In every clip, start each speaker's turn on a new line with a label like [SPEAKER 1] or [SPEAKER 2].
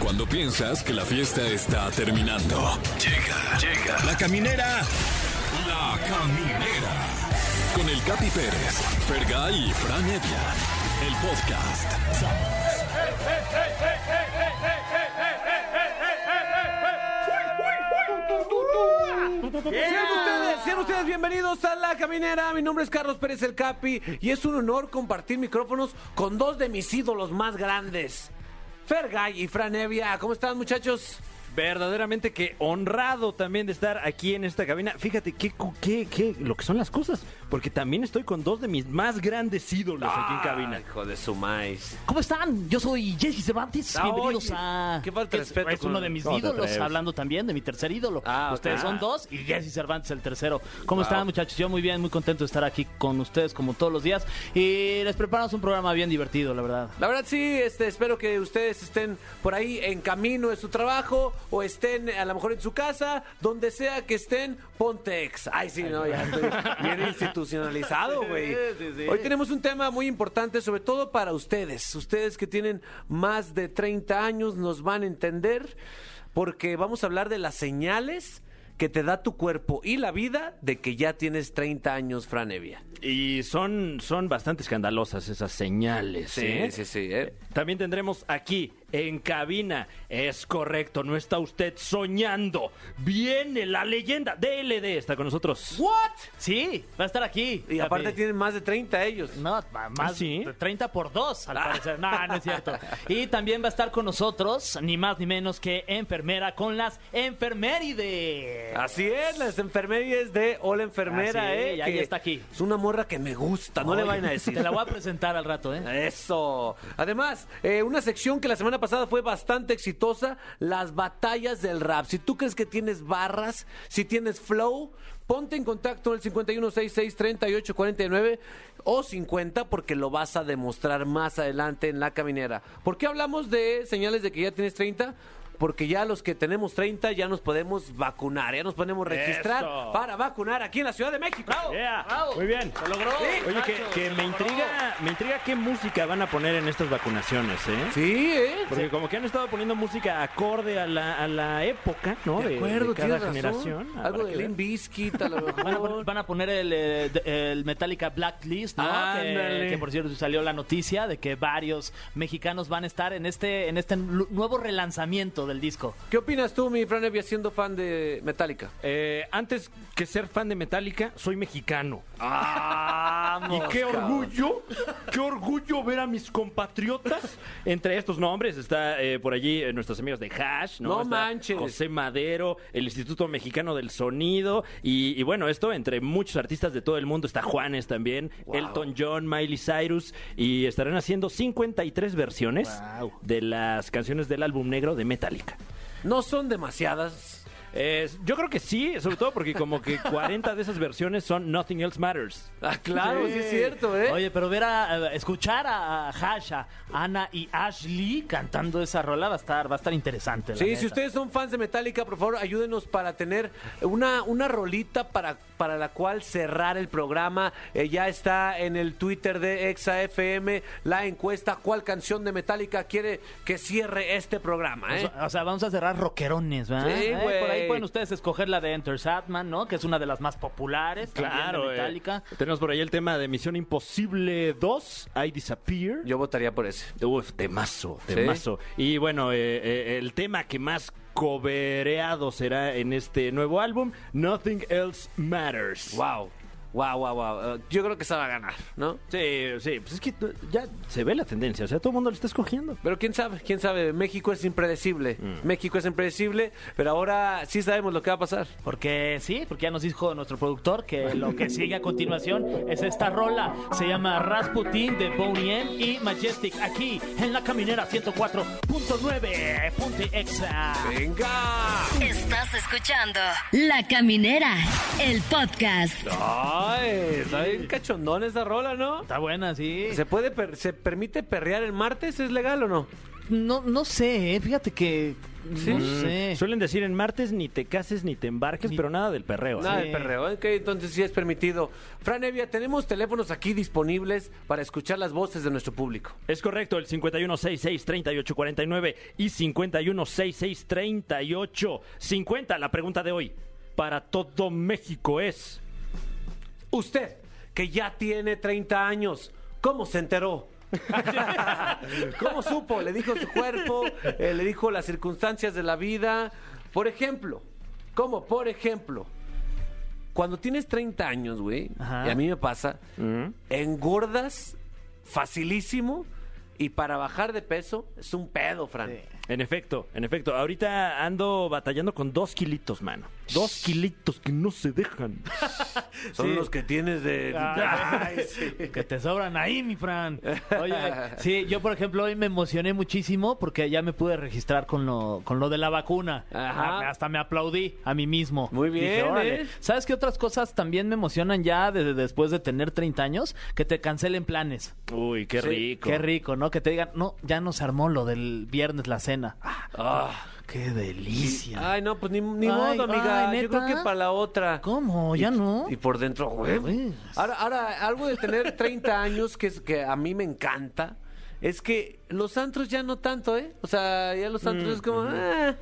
[SPEAKER 1] Cuando piensas que la fiesta está terminando. Llega, llega. La caminera. La caminera. Con el Capi Pérez, Fergay y Fran Evia. El podcast.
[SPEAKER 2] Sean ustedes, sean ustedes bienvenidos a La Caminera. Mi nombre es Carlos Pérez El Capi y es un honor compartir micrófonos con dos de mis ídolos más grandes. Fergay y Fran Evia. ¿Cómo están, muchachos?
[SPEAKER 3] Verdaderamente que honrado también de estar aquí en esta cabina. Fíjate qué, cu- qué, qué, lo que son las cosas, porque también estoy con dos de mis más grandes ídolos aquí en cabina.
[SPEAKER 2] Hijo de su maíz.
[SPEAKER 4] Ah, ¿Cómo están? Yo soy Jesse Cervantes.
[SPEAKER 2] Ah,
[SPEAKER 4] Bienvenidos
[SPEAKER 2] oye,
[SPEAKER 4] a.
[SPEAKER 2] qué falta de
[SPEAKER 4] Es-
[SPEAKER 2] respeto
[SPEAKER 4] Es
[SPEAKER 2] con-
[SPEAKER 4] uno de mis
[SPEAKER 3] No te
[SPEAKER 4] ídolos,
[SPEAKER 3] atreves.
[SPEAKER 4] hablando también de mi tercer ídolo.
[SPEAKER 2] Ah,
[SPEAKER 4] ustedes
[SPEAKER 2] ah.
[SPEAKER 4] son dos y Jesse Cervantes el tercero. ¿Cómo están, muchachos? Yo muy bien, muy contento de estar aquí con ustedes como todos los días. Y les preparamos un programa bien divertido, la verdad.
[SPEAKER 2] La verdad sí, este, espero que ustedes estén por ahí en camino de su trabajo o estén a lo mejor en su casa, donde sea que estén, ponte ex. Ay, sí, no, ya estoy bien institucionalizado, güey. Hoy tenemos un tema muy importante, sobre todo para ustedes. Ustedes que tienen más de 30 años nos van a entender porque vamos a hablar de las señales que te da tu cuerpo y la vida de que ya tienes 30 años, Franevia.
[SPEAKER 3] Y son, son bastante escandalosas esas señales. ¿eh?
[SPEAKER 2] sí, ¿eh?
[SPEAKER 3] También tendremos aquí, en cabina, es correcto, no está usted soñando. Viene la leyenda, DLD está con nosotros.
[SPEAKER 4] ¿What? Sí, va a estar aquí.
[SPEAKER 2] Y aparte
[SPEAKER 4] Capi.
[SPEAKER 2] tienen más de 30 ellos.
[SPEAKER 4] No, ma- más
[SPEAKER 3] sí?
[SPEAKER 4] de 30 por 2, al parecer. No, no es cierto. Y también va a estar con nosotros, ni más ni menos que enfermera con las enfermerides.
[SPEAKER 2] Así es, las enfermerías de Hola Enfermera,
[SPEAKER 4] Así
[SPEAKER 2] ¿eh?
[SPEAKER 4] es, ya- ya está aquí.
[SPEAKER 2] Es una morra que me gusta, no le
[SPEAKER 4] Oye,
[SPEAKER 2] vayan a decir.
[SPEAKER 4] Te la voy a presentar al rato, ¿eh?
[SPEAKER 2] Eso. Además, eh, una sección que la semana pasada fue bastante exitosa, las batallas del rap. Si tú crees que tienes barras, si tienes flow, ponte en contacto en el 5166-3849 o 50 porque lo vas a demostrar más adelante en la caminera. ¿Por qué hablamos de señales de que ya tienes 30? Porque ya los que tenemos 30 ya nos podemos vacunar, ya nos podemos registrar
[SPEAKER 3] Eso.
[SPEAKER 2] para vacunar aquí en la Ciudad de México.
[SPEAKER 3] Yeah,
[SPEAKER 4] Bravo.
[SPEAKER 3] Muy bien.
[SPEAKER 4] Se logró.
[SPEAKER 3] Oye, que,
[SPEAKER 4] Nacho,
[SPEAKER 3] que
[SPEAKER 4] se
[SPEAKER 3] me
[SPEAKER 4] logró.
[SPEAKER 3] intriga, me intriga qué música van a poner en estas vacunaciones, ¿eh?
[SPEAKER 2] Sí, ¿eh?
[SPEAKER 3] Porque como que han estado poniendo música acorde a la, a la época, ¿no?
[SPEAKER 2] De acuerdo,
[SPEAKER 3] cada
[SPEAKER 2] tienes razón.
[SPEAKER 3] generación. Habrá
[SPEAKER 2] Algo
[SPEAKER 3] que
[SPEAKER 2] de
[SPEAKER 3] ver.
[SPEAKER 2] Limp Bizkit, a lo mejor.
[SPEAKER 4] Van a, pon- van a poner el, eh, de- el Metallica Blacklist, ¿no?
[SPEAKER 2] Ándale.
[SPEAKER 4] Que, que, por cierto salió la noticia de que varios mexicanos van a estar en este, en este lu- nuevo relanzamiento del disco.
[SPEAKER 2] ¿Qué opinas tú, mi Fran Evia, siendo fan de Metallica?
[SPEAKER 3] Eh, antes que ser fan de Metallica, soy mexicano.
[SPEAKER 2] Ah.
[SPEAKER 3] y qué
[SPEAKER 2] cabrón.
[SPEAKER 3] orgullo, qué orgullo ver a mis compatriotas. Entre estos nombres está eh, por allí eh, nuestros amigos de Hash, ¿no?
[SPEAKER 2] No
[SPEAKER 3] Está
[SPEAKER 2] manches.
[SPEAKER 3] José Madero, el Instituto Mexicano del Sonido. Y, y bueno, esto entre muchos artistas de todo el mundo. Está Juanes también, Elton John, Miley Cyrus. Y estarán haciendo 53 versiones de las canciones del álbum negro de Metallica.
[SPEAKER 2] No son demasiadas.
[SPEAKER 3] Eh, yo creo que sí, sobre todo porque como que 40 de esas versiones son Nothing Else Matters.
[SPEAKER 2] Ah, claro, sí, es cierto, ¿eh?
[SPEAKER 4] Oye, pero ver a, a escuchar a, a Hasha, Ana y Ashley cantando esa rola va a estar, va a estar interesante. la
[SPEAKER 2] Sí,
[SPEAKER 4] neta.
[SPEAKER 2] si ustedes son fans de Metallica, por favor, ayúdenos para tener una, una rolita para, para la cual cerrar el programa. Eh, ya está en el Twitter de ExaFM la encuesta cuál canción de Metallica quiere que cierre este
[SPEAKER 4] O
[SPEAKER 2] programa, ¿eh?
[SPEAKER 4] sea- O sea, vamos a cerrar rockerones, ¿verdad?
[SPEAKER 2] Sí,
[SPEAKER 4] Eh, por
[SPEAKER 2] güey.
[SPEAKER 4] ahí pueden ustedes escoger la de Enter Satman, ¿no? Que es una de las más populares. también de
[SPEAKER 3] Claro, eh.
[SPEAKER 4] Metallica.
[SPEAKER 3] Tenemos por ahí el tema de Misión Imposible 2, I Disappear.
[SPEAKER 2] Yo votaría por ese.
[SPEAKER 3] Uf, temazo, temazo. Y bueno, eh, eh, el tema que más cobereado será en este nuevo álbum, Nothing Else Matters.
[SPEAKER 2] Wow. Wow, wow, wow. Eh, yo creo que se va a ganar, ¿no?
[SPEAKER 3] Sí, sí, pues es que tú- ya se ve la tendencia, o sea, todo el mundo lo está escogiendo. Mm.
[SPEAKER 2] Pero quién sabe, quién sabe, México es impredecible. México es impredecible, pero ahora sí sabemos lo que va a pasar.
[SPEAKER 4] Porque Eh, sí, porque ya nos dijo nuestro productor que lo que sigue a continuación es esta rola. Se llama Rasputin de Bonnie M y Majestic. Aquí en la caminera 104.9. Ponte extra.
[SPEAKER 2] ¡Venga!
[SPEAKER 5] Estás escuchando La Caminera, el podcast.
[SPEAKER 2] Ay, está bien cachondón esa rola, ¿no?
[SPEAKER 4] Está buena, sí.
[SPEAKER 2] ¿Se puede per- se permite perrear el martes? ¿Es legal o no?
[SPEAKER 4] no, no sé, eh, fíjate que. No sé.
[SPEAKER 3] Mm, Suelen decir en martes ni te cases ni te embarques, pero nada del perreo. ¿eh?
[SPEAKER 2] Nada
[SPEAKER 4] Sí.
[SPEAKER 2] de perreo, ¿eh? que entonces sí es permitido. Fran Evia, tenemos teléfonos aquí disponibles para escuchar las voces de nuestro público.
[SPEAKER 3] Es correcto, el 5166-3849 y 5166-3850. La pregunta de hoy para todo México es...
[SPEAKER 2] Usted, que ya tiene 30 años, ¿cómo se enteró? ¿Cómo supo? Le dijo su cuerpo, eh, le dijo las circunstancias de la vida. Por ejemplo, ¿cómo? Por ejemplo, cuando tienes 30 años, güey,
[SPEAKER 4] Ajá.
[SPEAKER 2] y a mí me pasa, engordas facilísimo y para bajar de peso es un pedo, Fran.
[SPEAKER 4] Sí.
[SPEAKER 3] En efecto, en efecto. Ahorita ando batallando con dos kilitos, mano. Dos kilitos que no se dejan.
[SPEAKER 2] Son los que tienes de...
[SPEAKER 3] Ah.
[SPEAKER 4] Ay, Que te sobran ahí, mi Fran. Oye, sí, yo por ejemplo hoy me emocioné muchísimo porque ya me pude registrar con lo, con lo de la vacuna.
[SPEAKER 2] Ajá.
[SPEAKER 4] Ah, Hasta me aplaudí a mí mismo.
[SPEAKER 2] Muy bien,
[SPEAKER 4] Dije, "Órale".
[SPEAKER 2] ¿eh?
[SPEAKER 4] ¿Sabes qué otras cosas también me emocionan ya desde después de tener 30 años? Que te cancelen planes.
[SPEAKER 3] Uy, qué
[SPEAKER 2] Sí,
[SPEAKER 3] rico.
[SPEAKER 4] Qué rico, ¿no? Que te digan, no, ya nos armó lo del viernes la cena. Ah,
[SPEAKER 2] Ah.
[SPEAKER 4] qué delicia.
[SPEAKER 2] Ay, no, pues ni, ni
[SPEAKER 4] Ay,
[SPEAKER 2] modo, amiga.
[SPEAKER 4] ay,
[SPEAKER 2] Yo creo que
[SPEAKER 4] ¿neta?
[SPEAKER 2] para la otra.
[SPEAKER 4] ¿Cómo? ¿Ya
[SPEAKER 2] Y-
[SPEAKER 4] no?
[SPEAKER 2] Y por dentro, güey.
[SPEAKER 4] Güey.
[SPEAKER 2] Ahora, ahora, algo de tener 30 años que, es, que a mí me encanta es que los antros ya no tanto, ¿eh? O sea, ya los antros es como, ah,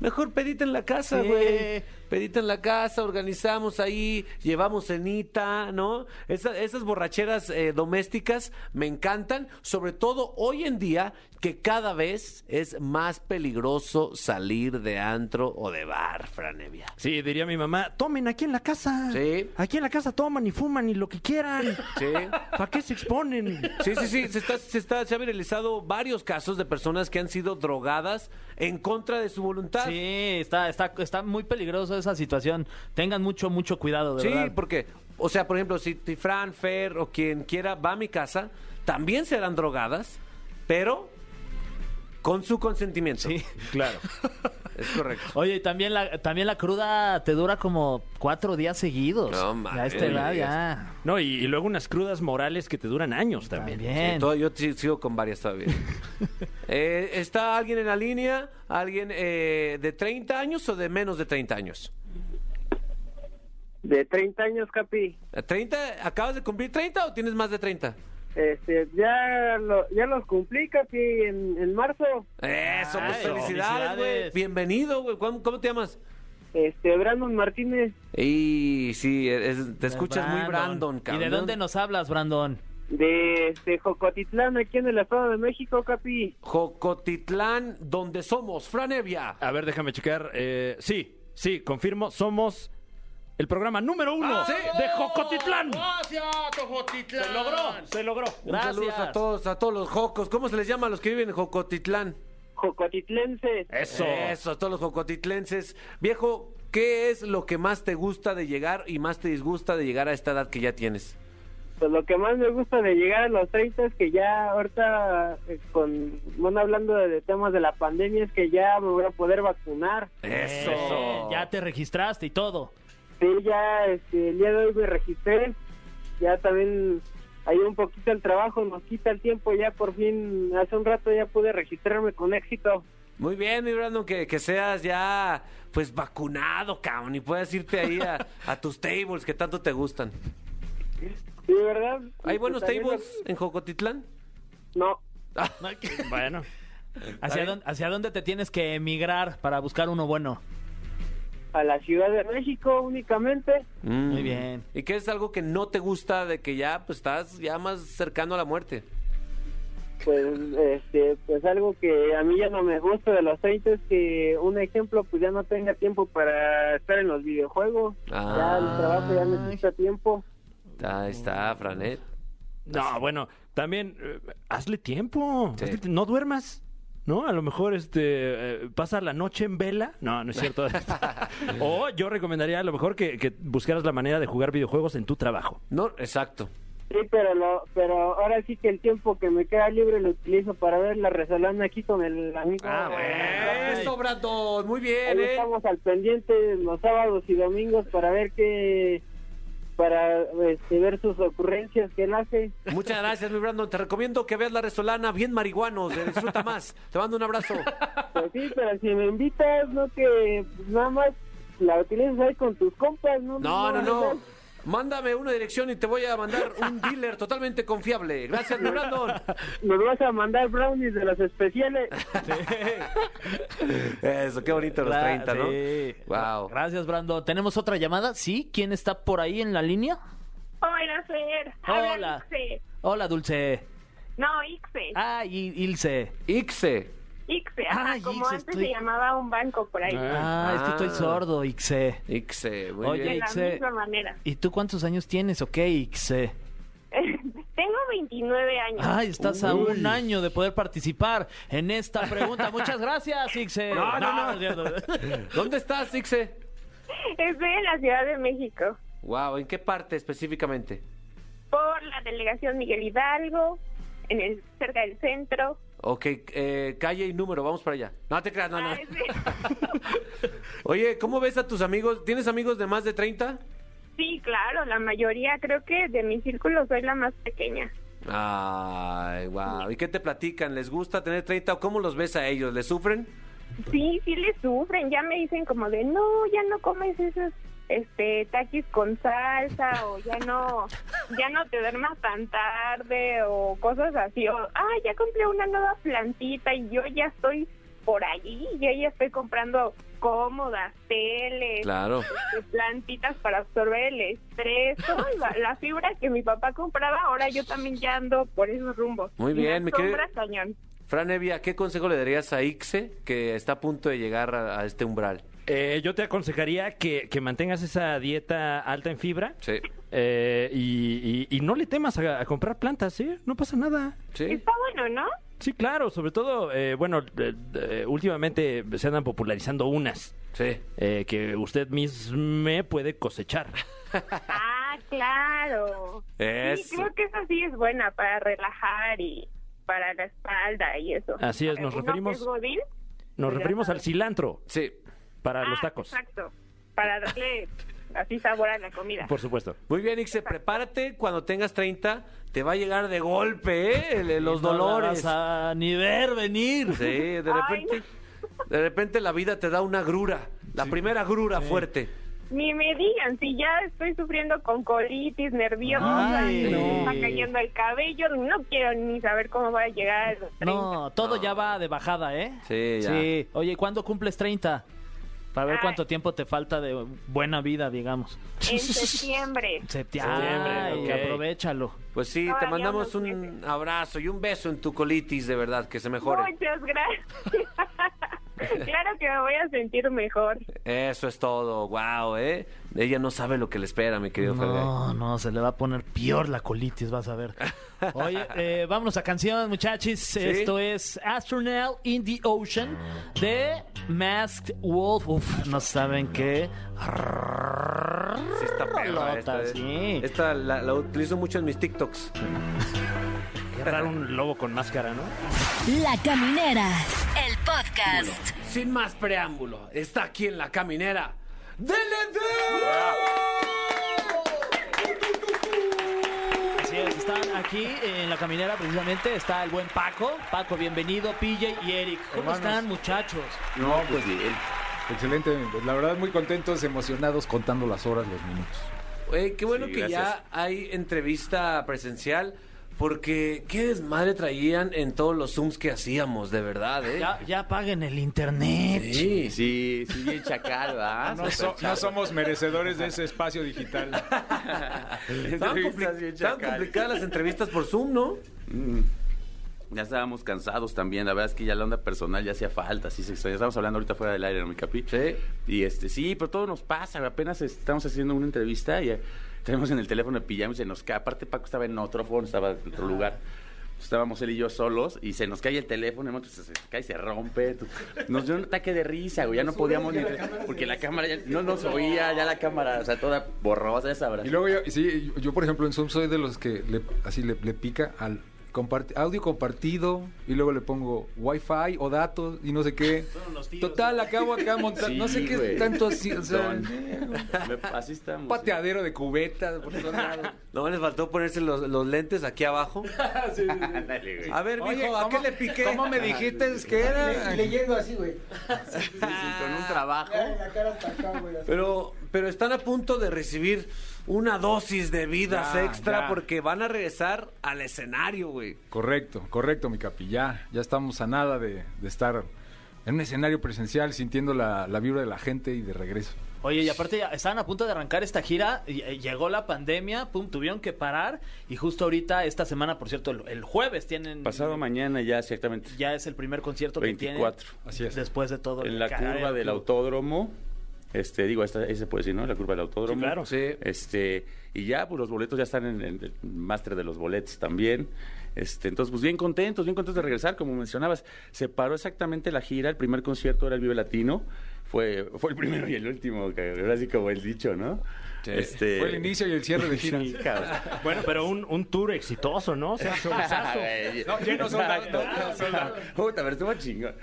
[SPEAKER 2] mejor pedita en la casa,
[SPEAKER 4] Sí.
[SPEAKER 2] güey. Pedita en la casa, organizamos ahí, llevamos cenita, ¿no? Esa- esas borracheras eh, domésticas me encantan, sobre todo hoy en día que cada vez es más peligroso salir de antro o de bar, Franevia.
[SPEAKER 3] Sí, diría mi mamá, tomen aquí en la casa.
[SPEAKER 2] Sí.
[SPEAKER 3] Aquí en la casa toman y fuman y lo que quieran.
[SPEAKER 2] Sí.
[SPEAKER 3] ¿Para qué se exponen?
[SPEAKER 2] Sí, sí, sí, se, está, se, está, se ha viralizado varios casos de personas que han sido drogadas en contra de su voluntad. Sí,
[SPEAKER 4] Sí, está, está, está muy peligroso esa situación. Tengan mucho, mucho cuidado, de verdad.
[SPEAKER 2] porque, o sea, por ejemplo, si si Fran, Fer o quien quiera va a mi casa, también serán drogadas, pero con su consentimiento.
[SPEAKER 4] Sí.
[SPEAKER 3] Claro.
[SPEAKER 2] Es correcto.
[SPEAKER 4] Oye, y también la, también la cruda te dura como cuatro días seguidos.
[SPEAKER 2] No mames.
[SPEAKER 4] Ya a esta edad, ya.
[SPEAKER 3] No, y, y luego unas crudas morales que te duran años también.
[SPEAKER 4] También.
[SPEAKER 2] Sí, todo- yo sí- sigo con varias todavía. Eh, ¿Está alguien en la línea? ¿Alguien eh, de 30 años o de menos de 30 años?
[SPEAKER 6] De 30 años, Capi.
[SPEAKER 2] ¿30? ¿Acabas de cumplir 30 o tienes más de 30?
[SPEAKER 6] Este, ya, lo- ya los cumplí, Capi, en, en marzo.
[SPEAKER 2] Eso, pues
[SPEAKER 4] Ay,
[SPEAKER 2] felicidades, güey.
[SPEAKER 4] felicidades.
[SPEAKER 2] Bienvenido, güey. ¿Cómo, cómo te llamas?
[SPEAKER 6] Este, Brandon Martínez,
[SPEAKER 2] Y sí, es- te escuchas muy Brandon, cabrón.
[SPEAKER 4] ¿Y de dónde nos hablas, Brandon?
[SPEAKER 6] de este, Jocotitlán, aquí en el Estado de México, Capi.
[SPEAKER 2] Jocotitlán, donde somos, Franevia.
[SPEAKER 3] A ver, déjame checar. eh, sí, sí, confirmo, somos el programa número uno
[SPEAKER 2] ¡Ah, sí! Oh,
[SPEAKER 3] de Jocotitlán.
[SPEAKER 7] Tojotitlán.
[SPEAKER 3] Se logró, se logró.
[SPEAKER 4] Gracias.
[SPEAKER 2] Saludos a todos, a todos los jocos. ¿Cómo se les llama a los que viven en Jocotitlán?
[SPEAKER 6] Jocotitlenses.
[SPEAKER 3] Eso.
[SPEAKER 2] Eso, a todos los jocotitlenses. Viejo, ¿qué es lo que más te gusta de llegar y más te disgusta de llegar a esta edad que ya tienes?
[SPEAKER 6] Pues lo que más me gusta de llegar a los 30 es que ya ahorita, eh, con, bueno, hablando de, de temas de la pandemia, es que ya me voy a poder vacunar. Este,
[SPEAKER 2] Eso.
[SPEAKER 4] Eh, ya te registraste y todo.
[SPEAKER 6] Sí, ya este, el día de hoy me registré. Ya también hay un poquito el trabajo, nos quita el tiempo. Ya por fin, hace un rato ya pude registrarme con éxito.
[SPEAKER 2] Muy bien, mi Brandon, que, que seas ya pues vacunado, cabrón, y puedas irte ahí a, a tus tables que tanto te gustan.
[SPEAKER 6] Sí, ¿verdad?
[SPEAKER 2] ¿Hay
[SPEAKER 6] Y,
[SPEAKER 2] buenos
[SPEAKER 6] pues, también
[SPEAKER 2] tables en Jocotitlán? Ah.
[SPEAKER 6] los- No,
[SPEAKER 3] Bueno.
[SPEAKER 4] ¿Hacia dónde, ¿Hacia dónde te tienes que emigrar para buscar uno bueno?
[SPEAKER 6] a la Ciudad de México únicamente.
[SPEAKER 2] Mm.
[SPEAKER 4] Muy bien.
[SPEAKER 2] ¿Y qué es algo que no te gusta de que ya pues, estás ya más cercano a la muerte?
[SPEAKER 6] Pues, este, pues algo que a mí ya no me gusta de los 30 es que, un ejemplo, pues ya no tenga tiempo para estar en los videojuegos. Ya el trabajo ya me quita tiempo.
[SPEAKER 2] Ahí está, Franet.
[SPEAKER 3] No, bueno, también eh, hazle tiempo.
[SPEAKER 2] Sí.
[SPEAKER 3] Hazle ti- no duermas. ¿No? A lo mejor este eh, pasa la noche en vela. No, no es cierto. o yo recomendaría a lo mejor que, que buscaras la manera de jugar videojuegos en tu trabajo.
[SPEAKER 2] No, exacto.
[SPEAKER 6] Sí, pero lo, pero ahora sí que el tiempo que me queda libre lo utilizo para ver la resolana aquí con el amigo.
[SPEAKER 2] Eso, Brandon. Muy Ah, bien,
[SPEAKER 6] Ahí
[SPEAKER 2] ¿eh?
[SPEAKER 6] estamos al pendiente los sábados y domingos para ver qué, para este, ver sus ocurrencias que él hace.
[SPEAKER 2] Muchas gracias, mi Brandon. Te recomiendo que veas la resolana bien marihuano. Se disfruta más. Te mando un abrazo.
[SPEAKER 6] Pues sí, pero si me invitas, no que pues, nada más la utilizas ahí con tus compas, ¿no?
[SPEAKER 2] No, no, no. Mándame una dirección y te voy a mandar un dealer totalmente confiable. Gracias, mi Brandon.
[SPEAKER 6] Nos vas a mandar brownies de las especiales.
[SPEAKER 2] Eso, qué bonito los 30, ¿no?
[SPEAKER 4] Sí.
[SPEAKER 2] Wow.
[SPEAKER 4] Gracias, Brando. ¿Tenemos otra llamada? Sí, ¿quién está por ahí en la línea?
[SPEAKER 7] Hola, Oh, Fer. Habla
[SPEAKER 4] Hola.
[SPEAKER 7] Ixe.
[SPEAKER 4] Hola, Dulce.
[SPEAKER 7] No, Ixe.
[SPEAKER 4] Ah, y Ilse.
[SPEAKER 2] Ixe.
[SPEAKER 7] Ixe, ajá,
[SPEAKER 4] Ay,
[SPEAKER 7] como
[SPEAKER 4] Ixe,
[SPEAKER 7] antes
[SPEAKER 4] estoy-
[SPEAKER 7] se llamaba un banco por ahí.
[SPEAKER 4] Ah, es que estoy sordo, Ilse.
[SPEAKER 2] Ixe, muy
[SPEAKER 4] Oye,
[SPEAKER 7] de
[SPEAKER 2] bien.
[SPEAKER 7] la
[SPEAKER 4] Ixe.
[SPEAKER 7] misma manera.
[SPEAKER 4] ¿Y tú cuántos años tienes o qué, Ilse?
[SPEAKER 7] Tengo 29 años.
[SPEAKER 4] Ay, estás a un año de poder participar en esta pregunta. Muchas gracias, Ilse.
[SPEAKER 2] No, no, no.
[SPEAKER 4] es cierto.
[SPEAKER 2] ¿Dónde estás, Ixe?
[SPEAKER 7] Estoy en la Ciudad de México.
[SPEAKER 2] Wow, ¿en qué parte específicamente?
[SPEAKER 7] Por la delegación Miguel Hidalgo, en el cerca del centro.
[SPEAKER 2] Ok, eh, calle y número, vamos para allá. No te creas, no, no.
[SPEAKER 7] Ay, sí.
[SPEAKER 2] Oye, ¿cómo ves a tus amigos? ¿Tienes amigos de más de 30?
[SPEAKER 7] Sí, claro, la mayoría creo que de mi círculo soy la más pequeña.
[SPEAKER 2] Ay, wow. ¿Y qué te platican? ¿Les gusta tener 30 o cómo los ves a ellos? ¿Les sufren?
[SPEAKER 7] Sí, sí le sufren, ya me dicen como de, no, ya no comes esos este taquis con salsa o ya no ya no te duermas tan tarde o cosas así o ah ya compré una nueva plantita y yo ya estoy por allí yo ya estoy comprando cómodas teles
[SPEAKER 2] Claro.
[SPEAKER 7] este, plantitas para absorber el estrés todo, y la, la fibra que mi papá compraba ahora yo también ya ando por esos rumbos
[SPEAKER 2] Muy
[SPEAKER 7] Y
[SPEAKER 2] bien,
[SPEAKER 7] me
[SPEAKER 2] mi querido-
[SPEAKER 7] asombra cañón.
[SPEAKER 2] Fran Evia, ¿qué consejo le darías a Ixe que está a punto de llegar a, a este umbral?
[SPEAKER 3] Eh, yo te aconsejaría que, que mantengas esa dieta alta en fibra.
[SPEAKER 2] Sí.
[SPEAKER 3] Eh, y, y- y no le temas a, a comprar plantas, ¿eh? No pasa nada.
[SPEAKER 2] Sí.
[SPEAKER 7] está bueno no
[SPEAKER 3] Sí, claro, sobre todo, eh, bueno, eh, eh, últimamente se andan popularizando unas
[SPEAKER 2] Sí.
[SPEAKER 3] eh, que usted mismo puede cosechar.
[SPEAKER 7] Ah, claro.
[SPEAKER 2] Eso.
[SPEAKER 7] Sí, creo que eso sí es buena para relajar y para la espalda y eso.
[SPEAKER 3] Así es, nos
[SPEAKER 7] Uno que
[SPEAKER 3] referimos-
[SPEAKER 7] es godín,
[SPEAKER 3] Nos
[SPEAKER 7] Ya
[SPEAKER 3] referimos al
[SPEAKER 7] sabes.
[SPEAKER 3] cilantro
[SPEAKER 2] Sí.
[SPEAKER 3] para
[SPEAKER 7] ah,
[SPEAKER 3] los tacos,
[SPEAKER 7] Exacto. Para darle así sabor a la comida.
[SPEAKER 3] por supuesto.
[SPEAKER 2] Muy bien, Ixe, prepárate. Cuando tengas 30, te va a llegar de golpe, ¿eh? El- Los
[SPEAKER 4] No la
[SPEAKER 2] dolores.
[SPEAKER 4] vas a ni ver venir.
[SPEAKER 2] Sí, de
[SPEAKER 7] Ay,
[SPEAKER 2] repente, de repente la vida te da una grura, la primera grura fuerte.
[SPEAKER 7] Ni me digan, si ya estoy sufriendo con colitis nerviosa,
[SPEAKER 4] Ay,
[SPEAKER 7] me
[SPEAKER 4] no.
[SPEAKER 7] está cayendo el cabello, no quiero ni saber cómo voy a llegar a los 30.
[SPEAKER 4] No, todo ya va de bajada, ¿eh?
[SPEAKER 2] Sí, ya.
[SPEAKER 4] Sí. Oye, ¿cuándo cumples 30? Para ver
[SPEAKER 7] Ah.
[SPEAKER 4] cuánto tiempo te falta de buena vida, digamos.
[SPEAKER 7] En septiembre.
[SPEAKER 4] Septiembre. Ay,
[SPEAKER 3] ok.
[SPEAKER 4] aprovechalo.
[SPEAKER 2] Pues sí, te
[SPEAKER 7] Todavía
[SPEAKER 2] mandamos
[SPEAKER 7] unos
[SPEAKER 2] un
[SPEAKER 7] meses.
[SPEAKER 2] abrazo y un beso en tu colitis, de verdad, que se mejore.
[SPEAKER 7] Muchas gracias. claro que me voy a sentir mejor.
[SPEAKER 2] Eso es todo, wow, ¿eh? Ella no sabe lo que le espera, mi querido Fergay.
[SPEAKER 4] No, no, se le va a poner peor la colitis, vas a ver. Oye, eh, vámonos a canción, muchachos. Esto es Astronaut in the Ocean de Masked Wolf. Uf, no saben qué.
[SPEAKER 2] Sí, está perra
[SPEAKER 4] Rolota,
[SPEAKER 2] esta. ¿eh?
[SPEAKER 4] sí.
[SPEAKER 2] Esta la, la utilizo mucho en mis TikToks.
[SPEAKER 3] Qué raro un lobo con máscara, ¿no?
[SPEAKER 5] La Caminera, el podcast.
[SPEAKER 2] Sin más preámbulo, está aquí en la caminera. ¡Dele,
[SPEAKER 4] Así es, están aquí en la caminera precisamente. Está el buen Paco. Paco, bienvenido, PJ y Eric. ¿Cómo
[SPEAKER 8] Hermanos.
[SPEAKER 4] están, muchachos?
[SPEAKER 8] No, pues Excelente, pues, la verdad muy contentos, emocionados, contando las horas, los minutos.
[SPEAKER 2] Oye, qué bueno
[SPEAKER 9] Sí,
[SPEAKER 2] que
[SPEAKER 9] gracias.
[SPEAKER 2] ya hay entrevista presencial, porque qué desmadre traían en todos los Zooms que hacíamos, de verdad, ¿eh?
[SPEAKER 4] Ya, ya paguen el internet.
[SPEAKER 2] Sí.
[SPEAKER 9] Sí, sí, bien chacal, ¿va?
[SPEAKER 8] Ah, No, so- no somos merecedores de ese espacio digital.
[SPEAKER 2] Estaban, compli- estaban complicadas las entrevistas por Zoom, ¿no?
[SPEAKER 9] Ya estábamos cansados también, la verdad es que ya la onda personal ya hacía falta, sí se extraña. Estamos hablando ahorita fuera del aire, ¿no, mi capi? Sí. Y este, sí, pero todo nos pasa, apenas estamos haciendo una entrevista y eh, tenemos en el teléfono de pijama y se nos cae. Aparte, Paco estaba en otro foro, estaba en otro lugar. Estábamos él y yo solos y se nos cae el teléfono, y se, se cae y se rompe. Entonces, Nos dio un ataque de risa, güey, ya no podíamos ni... Porque la cámara ya no nos oía, ya la cámara, o sea, toda borrosa, ya sabrás.
[SPEAKER 8] Y luego yo, sí, yo por ejemplo en Zoom soy de los que le- así le, le pica al compart- audio compartido y luego le pongo wifi o datos y no sé qué. Total, acabo acá montando, no sé qué
[SPEAKER 9] güey.
[SPEAKER 8] tanto así, o sea,
[SPEAKER 9] Me- Así estamos.
[SPEAKER 8] un pateadero de cubetas por todos lados.
[SPEAKER 2] No, les faltó ponerse los, los lentes aquí abajo.
[SPEAKER 9] Ándale, güey.
[SPEAKER 2] A ver,
[SPEAKER 8] Oye,
[SPEAKER 2] mijo, ¿a
[SPEAKER 8] ¿cómo-
[SPEAKER 2] qué le piqué? Ah,
[SPEAKER 8] ¿Cómo me dijiste que era?
[SPEAKER 10] Leyendo así, güey.
[SPEAKER 9] Sí, sí, con un trabajo.
[SPEAKER 10] La cara hasta acá, güey. así.
[SPEAKER 2] Pero, pero están a punto de recibir una dosis de vidas
[SPEAKER 8] Ya,
[SPEAKER 2] extra
[SPEAKER 8] ya.
[SPEAKER 2] porque van a regresar al escenario, güey.
[SPEAKER 8] Correcto, correcto, mi capi. Ya, ya estamos a nada de, de estar en un escenario presencial sintiendo la, la vibra de la gente y de regreso.
[SPEAKER 4] Oye, y aparte ya estaban a punto de arrancar esta gira, y, eh, llegó la pandemia, pum, tuvieron que parar y justo ahorita, esta semana, por cierto, el, el jueves tienen...
[SPEAKER 9] Pasado mañana ya, exactamente.
[SPEAKER 4] Ya es el primer concierto que
[SPEAKER 9] 24.
[SPEAKER 4] tienen.
[SPEAKER 8] Así es.
[SPEAKER 4] Después de todo. el
[SPEAKER 9] En la
[SPEAKER 4] cagadero.
[SPEAKER 9] curva del autódromo. Este, digo, esta, ahí se puede decir, ¿no? La curva del autódromo.
[SPEAKER 3] Sí, claro.
[SPEAKER 2] Sí.
[SPEAKER 9] Este, y ya, pues los boletos ya están en, en el máster de los boletos también. Este, entonces, pues bien contentos, bien contentos de regresar, como mencionabas. Se paró exactamente la gira, el primer concierto era el Vive Latino. Fue, fue el primero y el último, que ahora sí como el dicho, ¿no? Este-
[SPEAKER 8] Fue el inicio y el cierre de gira. Ah,
[SPEAKER 9] Sí, cabrón.
[SPEAKER 3] Bueno, pero un, un tour exitoso, ¿no? O sea, showzazo.
[SPEAKER 9] No,
[SPEAKER 8] lleno soldado, no, soldado.
[SPEAKER 9] Puta, pero estuvo chingón.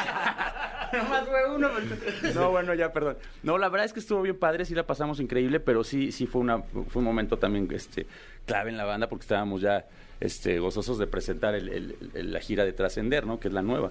[SPEAKER 9] Nomás fue uno. pero- No, bueno, ya, perdón. No, la verdad es que estuvo bien padre, sí la pasamos increíble, pero sí, sí fue una, fue un momento también este, clave en la banda porque estábamos ya este, gozosos de presentar el- el- el- la gira de Trascender, ¿no? Que es la nueva.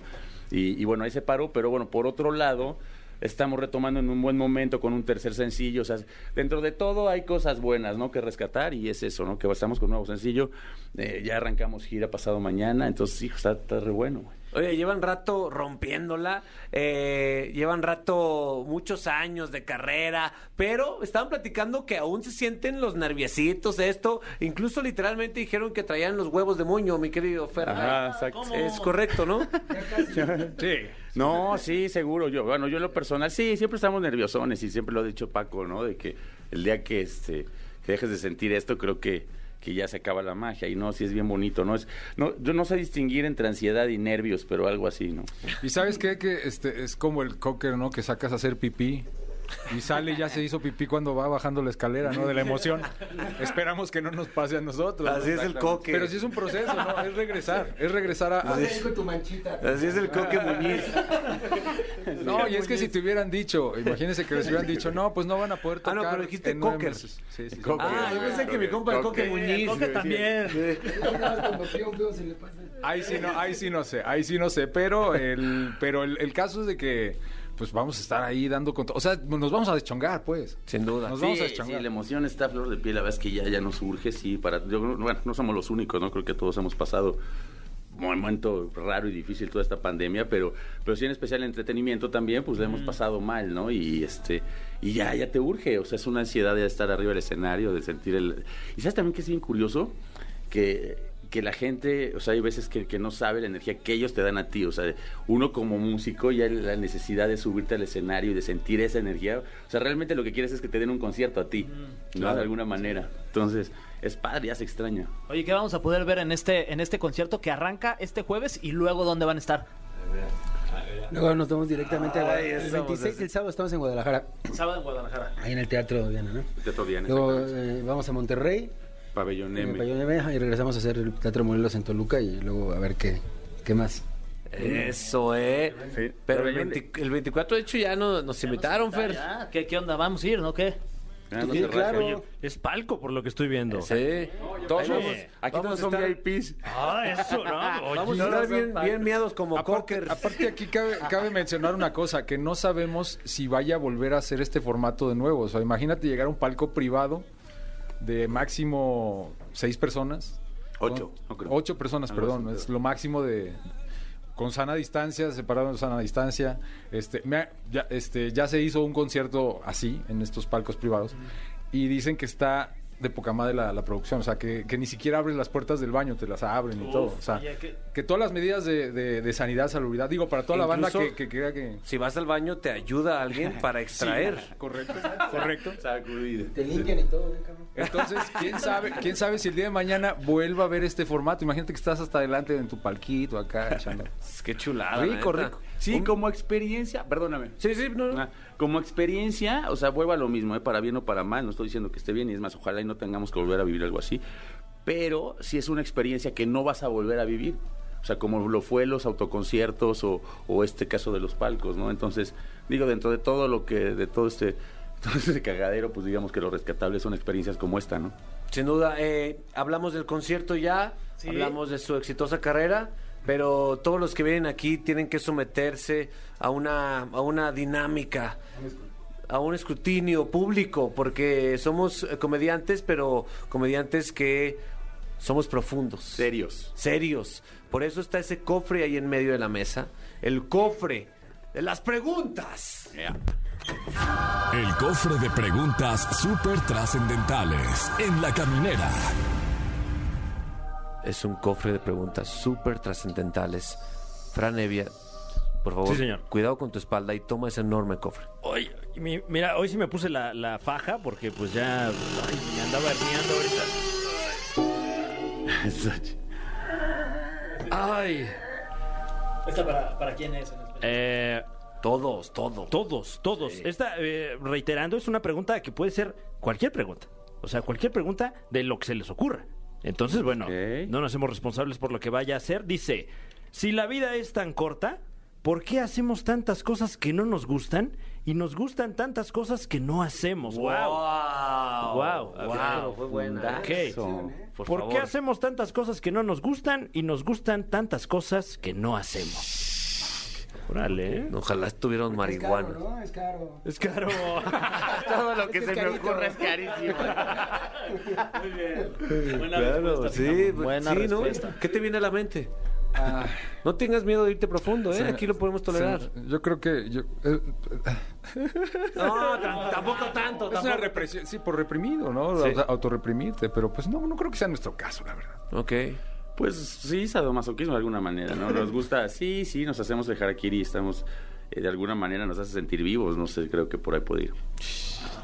[SPEAKER 9] Y, y bueno, ahí se paró, pero bueno, por otro lado, estamos retomando en un buen momento con un tercer sencillo. O sea, dentro de todo hay cosas buenas, ¿no? Que rescatar y es eso, ¿no? Que estamos con un nuevo sencillo. Eh, ya arrancamos gira pasado mañana, entonces, hijo, está, está re bueno, güey.
[SPEAKER 2] Oye, llevan rato rompiéndola, eh, llevan rato muchos años de carrera, pero estaban platicando que aún se sienten los nerviecitos, esto, incluso literalmente dijeron que traían los huevos de moño, mi querido Fer.
[SPEAKER 9] Ajá, exacto.
[SPEAKER 2] Es correcto, ¿no?
[SPEAKER 9] No, sí, seguro. Yo, bueno, yo en lo personal, sí, siempre estamos nerviosones y siempre lo ha dicho Paco, ¿no? De que el día que este que dejes de sentir esto, creo que, que ya se acaba la magia. Y no, sí es bien bonito, ¿no? Es, no yo no sé distinguir entre ansiedad y nervios, pero algo así, ¿no?
[SPEAKER 8] Y sabes qué? que este es como el cocker, ¿no? Que sacas a hacer pipí y sale y ya se hizo pipí cuando va bajando la escalera, ¿no? De la emoción. Esperamos que no nos pase a nosotros. ¿no?
[SPEAKER 2] Así es el coque.
[SPEAKER 8] Pero sí es un proceso, ¿no? Es regresar, Ah, es regresar a... a-
[SPEAKER 10] Ahí con tu manchita.
[SPEAKER 2] Así es el coque Muñiz.
[SPEAKER 8] No, y es que si te hubieran dicho, imagínense que les hubieran dicho, no, pues no van a poder
[SPEAKER 2] Ah,
[SPEAKER 8] tocar.
[SPEAKER 2] no, pero dijiste
[SPEAKER 8] en nueve
[SPEAKER 2] cocker.
[SPEAKER 8] meses". Sí, sí, sí.
[SPEAKER 2] Ah, yo pensé que mi compa el coque Muñiz.
[SPEAKER 4] también.
[SPEAKER 10] Cuando pío, un pío se le pasa.
[SPEAKER 8] Ahí sí no, ahí sí no sé, ahí sí no sé, pero el, pero el, el caso es de que pues vamos a estar ahí dando con to- O sea, nos vamos a deschongar, pues.
[SPEAKER 2] Sin duda.
[SPEAKER 8] Nos
[SPEAKER 9] Sí,
[SPEAKER 8] vamos a
[SPEAKER 9] sí,
[SPEAKER 8] deschongar.
[SPEAKER 9] la emoción está a flor de piel, la verdad es que ya, ya nos urge, sí, para, yo, bueno, no somos los únicos, ¿no? Creo que todos hemos pasado un momento raro y difícil toda esta pandemia, pero, pero sí en especial el entretenimiento también, pues la hemos pasado mal, ¿no? Y este, y ya, ya te urge, o sea, es una ansiedad de estar arriba del escenario, de sentir el... Y sabes también que es bien curioso, que, que la gente, o sea, hay veces que, que no sabe la energía que ellos te dan a ti. O sea, uno como músico ya la necesidad de subirte al escenario y de sentir esa energía. O sea, realmente lo que quieres es que te den un concierto a ti, ¿no? De alguna manera. Entonces, es padre, ya se extraña.
[SPEAKER 4] Oye, ¿qué vamos a poder ver en este, en este concierto que arranca este jueves y luego dónde van a estar?
[SPEAKER 10] Luego nos vamos directamente a
[SPEAKER 2] Ay,
[SPEAKER 10] Guadalajara. El
[SPEAKER 2] estamos
[SPEAKER 10] 26
[SPEAKER 8] pues,
[SPEAKER 10] del sábado estamos en Guadalajara.
[SPEAKER 4] Sábado en Guadalajara.
[SPEAKER 10] Ahí en el Teatro Diana, ¿no?
[SPEAKER 9] Te todo bien,
[SPEAKER 10] Luego
[SPEAKER 9] exactamente.
[SPEAKER 10] eh, vamos a Monterrey. en
[SPEAKER 9] Pabellón M.
[SPEAKER 10] el Pabellón M, ajá, Y regresamos a hacer el Teatro Morelos en Toluca y luego a ver qué, qué más.
[SPEAKER 2] Eso, eh.
[SPEAKER 9] Sí.
[SPEAKER 2] Pero
[SPEAKER 9] Pero
[SPEAKER 2] el,
[SPEAKER 9] yo-
[SPEAKER 2] 20 el 24 de hecho ya no- nos invitaron, Fer.
[SPEAKER 4] Ya, ¿Qué, ¿Qué onda? ¿Vamos a ir, no? ¿Qué?
[SPEAKER 9] Ah, no
[SPEAKER 10] Sí,
[SPEAKER 9] se raja.
[SPEAKER 10] claro.
[SPEAKER 9] Oye,
[SPEAKER 3] Es palco por lo que estoy viendo.
[SPEAKER 2] Sí.
[SPEAKER 9] todos
[SPEAKER 2] Vamos-
[SPEAKER 9] somos- aquí
[SPEAKER 2] vamos
[SPEAKER 9] todos
[SPEAKER 2] a
[SPEAKER 9] son
[SPEAKER 2] estar-
[SPEAKER 9] VIPs.
[SPEAKER 3] Ah, eso, ¿no? Oye,
[SPEAKER 2] Vamos a estar bien, bien miados como
[SPEAKER 8] Aparte,
[SPEAKER 2] cocker.
[SPEAKER 8] aparte aquí cabe, cabe mencionar una cosa, que no sabemos si vaya a volver a hacer este formato de nuevo. O sea, imagínate llegar a un palco privado de máximo seis personas.
[SPEAKER 9] Ocho,
[SPEAKER 8] Con-
[SPEAKER 9] no creo.
[SPEAKER 8] Ocho personas,
[SPEAKER 9] Algo
[SPEAKER 8] perdón.
[SPEAKER 9] así,
[SPEAKER 8] es lo máximo de... Con sana distancia, separado de sana distancia. Este, me ha- ya, este, ya se hizo un concierto así, en estos palcos privados. Y dicen que está de poca madre la, la producción. O sea, que, que ni siquiera abres las puertas del baño, te las abren y
[SPEAKER 4] Uf,
[SPEAKER 8] todo. O sea,
[SPEAKER 4] oye, qué-
[SPEAKER 8] que todas las medidas de, de, de sanidad, salubridad, digo, para toda la banda
[SPEAKER 2] Incluso-
[SPEAKER 8] que, que crea que...
[SPEAKER 2] Si vas al baño, te ayuda alguien para extraer.
[SPEAKER 8] Correcto, correcto.
[SPEAKER 9] Sacudida.
[SPEAKER 10] Te limpian y todo, bien, cabrón.
[SPEAKER 8] Entonces, ¿quién sabe, quién sabe si el día de mañana vuelva a ver este formato? Imagínate que estás hasta adelante en tu palquito acá echando.
[SPEAKER 2] Qué chulada.
[SPEAKER 8] Rico,
[SPEAKER 2] neta.
[SPEAKER 8] rico.
[SPEAKER 9] Sí, como experiencia, perdóname.
[SPEAKER 2] Sí, sí, no, no.
[SPEAKER 9] Ah, Como experiencia, o sea, vuelvo a lo mismo, ¿eh? para bien o para mal, no estoy diciendo que esté bien, y es más, ojalá y no tengamos que volver a vivir algo así. pero sí es una experiencia que no vas a volver a vivir. O sea, como lo fue los autoconciertos o, o este caso de los palcos, ¿no? Entonces, digo, dentro de todo lo que, de todo este, todo este cagadero, pues digamos que lo rescatable son experiencias como esta, ¿no?
[SPEAKER 2] Sin duda, eh, hablamos del concierto ya,
[SPEAKER 4] Sí.
[SPEAKER 2] hablamos de su exitosa carrera, pero todos los que vienen aquí tienen que someterse a una, a una dinámica, a un escrutinio público, porque somos eh, comediantes, pero comediantes que somos profundos.
[SPEAKER 9] Serios.
[SPEAKER 2] Serios. Por eso está ese cofre ahí en medio de la mesa. El cofre de las preguntas.
[SPEAKER 1] El cofre de preguntas súper trascendentales en la caminera.
[SPEAKER 2] Es un cofre de preguntas súper trascendentales. Fran Evia, por favor,
[SPEAKER 3] Sí, señor.
[SPEAKER 2] cuidado con tu espalda y toma ese enorme cofre.
[SPEAKER 3] Hoy, mi- mira, hoy sí me puse la, la faja porque pues ya ay, me andaba herniando ahorita.
[SPEAKER 2] ¡Ay!
[SPEAKER 4] ¿Esta para, para quién es? en especial?
[SPEAKER 3] Eh,
[SPEAKER 2] Todos, todos.
[SPEAKER 3] todos, todos. Esta, eh, reiterando, es una pregunta que puede ser cualquier pregunta. O sea, cualquier pregunta de lo que se les ocurra. Entonces, bueno,
[SPEAKER 9] Ok.
[SPEAKER 3] no nos hacemos responsables por lo que vaya a hacer. Dice, si la vida es tan corta, ¿por qué hacemos tantas cosas que no nos gustan y nos gustan tantas cosas que no hacemos? ¡Wow!
[SPEAKER 2] ¡Wow!
[SPEAKER 3] Wow.
[SPEAKER 2] ¡Wow! Fue buena. ¿eh?
[SPEAKER 3] Ok. ¿Por, qué hacemos tantas cosas que no nos gustan y nos gustan tantas cosas que no hacemos? Órale. ¿eh?
[SPEAKER 2] Ojalá estuvieron marihuana.
[SPEAKER 10] Es caro.
[SPEAKER 3] Es caro.
[SPEAKER 9] Todo lo que
[SPEAKER 10] Es se me carito. ocurra es
[SPEAKER 9] carísimo.
[SPEAKER 2] Claro, sí, pues,
[SPEAKER 4] Buena
[SPEAKER 2] sí, ¿no?
[SPEAKER 4] respuesta.
[SPEAKER 2] ¿Qué te viene a la mente?
[SPEAKER 10] Ah,
[SPEAKER 2] No tengas miedo de irte profundo, ¿eh?
[SPEAKER 8] Se me-
[SPEAKER 2] Aquí lo podemos tolerar.
[SPEAKER 8] se me- yo creo que... Yo, eh,
[SPEAKER 2] No, tan- tampoco tanto.
[SPEAKER 8] es una
[SPEAKER 2] tampoco.
[SPEAKER 8] represión, sí, por reprimido, ¿no? O sea, autorreprimirte, pero pues no, no creo que sea nuestro caso, la verdad.
[SPEAKER 2] Ok.
[SPEAKER 9] Pues sí, sadomasoquismo de alguna manera, ¿no? Nos gusta, sí, sí, nos hacemos el harakiri, estamos, eh, de alguna manera nos hace sentir vivos, no sé, creo que por ahí puede ir.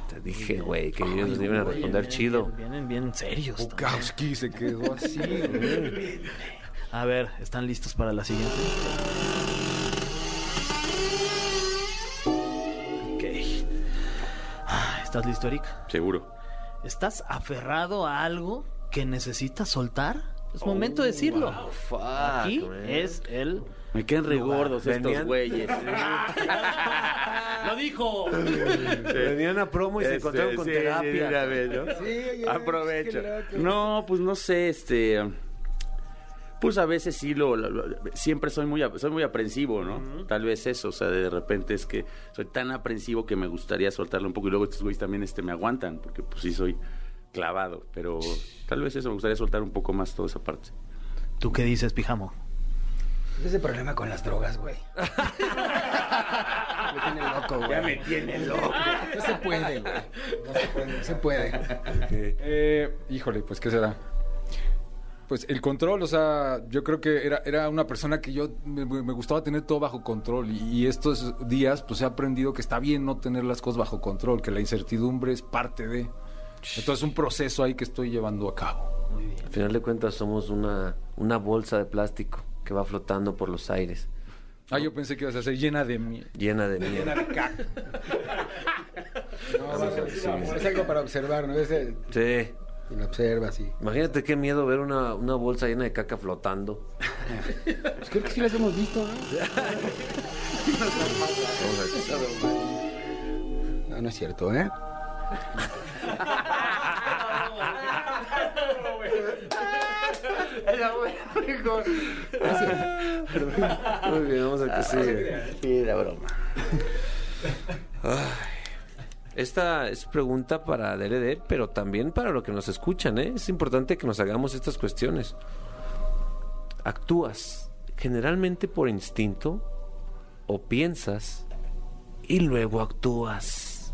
[SPEAKER 2] Te dije, güey, que ellos
[SPEAKER 9] Pues
[SPEAKER 2] nos iban a responder chido.
[SPEAKER 4] Vienen bien serios. también.
[SPEAKER 8] Bukowski se quedó así. güey.
[SPEAKER 4] A ver, ¿están listos para la siguiente? Ok. Ah, ¿Estás listo, Eric?
[SPEAKER 9] Seguro.
[SPEAKER 4] ¿Estás aferrado a algo que necesitas soltar? Es momento
[SPEAKER 9] Oh,
[SPEAKER 4] de decirlo.
[SPEAKER 2] Fuck,
[SPEAKER 4] Aquí
[SPEAKER 2] man.
[SPEAKER 4] es el...
[SPEAKER 9] Me quedan regordos estos
[SPEAKER 2] Venían-
[SPEAKER 9] güeyes.
[SPEAKER 4] ¡Lo dijo!
[SPEAKER 2] Venían a promo y se
[SPEAKER 9] Este,
[SPEAKER 2] encontraron con
[SPEAKER 9] sí,
[SPEAKER 2] terapia.
[SPEAKER 9] mira, ve, ¿no?
[SPEAKER 10] oye,
[SPEAKER 9] Aprovecho.
[SPEAKER 10] qué loco.
[SPEAKER 9] No, pues no sé, este. Pues a veces sí lo. lo- lo- siempre soy muy, ap- soy muy aprensivo, ¿no? Tal vez eso, o sea, de repente es que soy tan aprensivo que me gustaría soltarlo un poco y luego estos güeyes también este, me aguantan, porque pues sí soy clavado, pero tal vez eso, me gustaría soltar un poco más toda esa parte.
[SPEAKER 4] ¿Tú qué dices, pijamo?
[SPEAKER 10] Ese problema con las drogas, güey. me tiene loco, güey. Ya me tiene loco. No se puede, güey. No se puede, no se puede.
[SPEAKER 8] Eh, híjole, pues ¿qué será? Pues el control, o sea, yo creo que era, era una persona que yo me, me gustaba tener todo bajo control y, y estos días pues he aprendido que está bien no tener las cosas bajo control, que la incertidumbre es parte de... Entonces un proceso ahí que estoy llevando a cabo.
[SPEAKER 2] Al final de cuentas somos una, una bolsa de plástico que va flotando por los aires,
[SPEAKER 8] Ah, yo pensé que ibas a ser llena de mí.
[SPEAKER 2] llena de miedo.
[SPEAKER 10] Es algo para observar, ¿no? Ese,
[SPEAKER 2] Sí.
[SPEAKER 10] y lo observas y...
[SPEAKER 2] Imagínate qué miedo ver una, una bolsa llena de caca flotando.
[SPEAKER 10] Pues creo que sí las hemos visto, ¿no? No, no es cierto, ¿eh?
[SPEAKER 2] Muy bien, Ah, vamos al que ¿eh? sigue.
[SPEAKER 9] Sí, la broma.
[SPEAKER 2] Esta es pregunta para DLD, pero también para lo que nos escuchan, ¿eh? Es importante que nos hagamos estas cuestiones. ¿Actúas generalmente por instinto o piensas y luego actúas?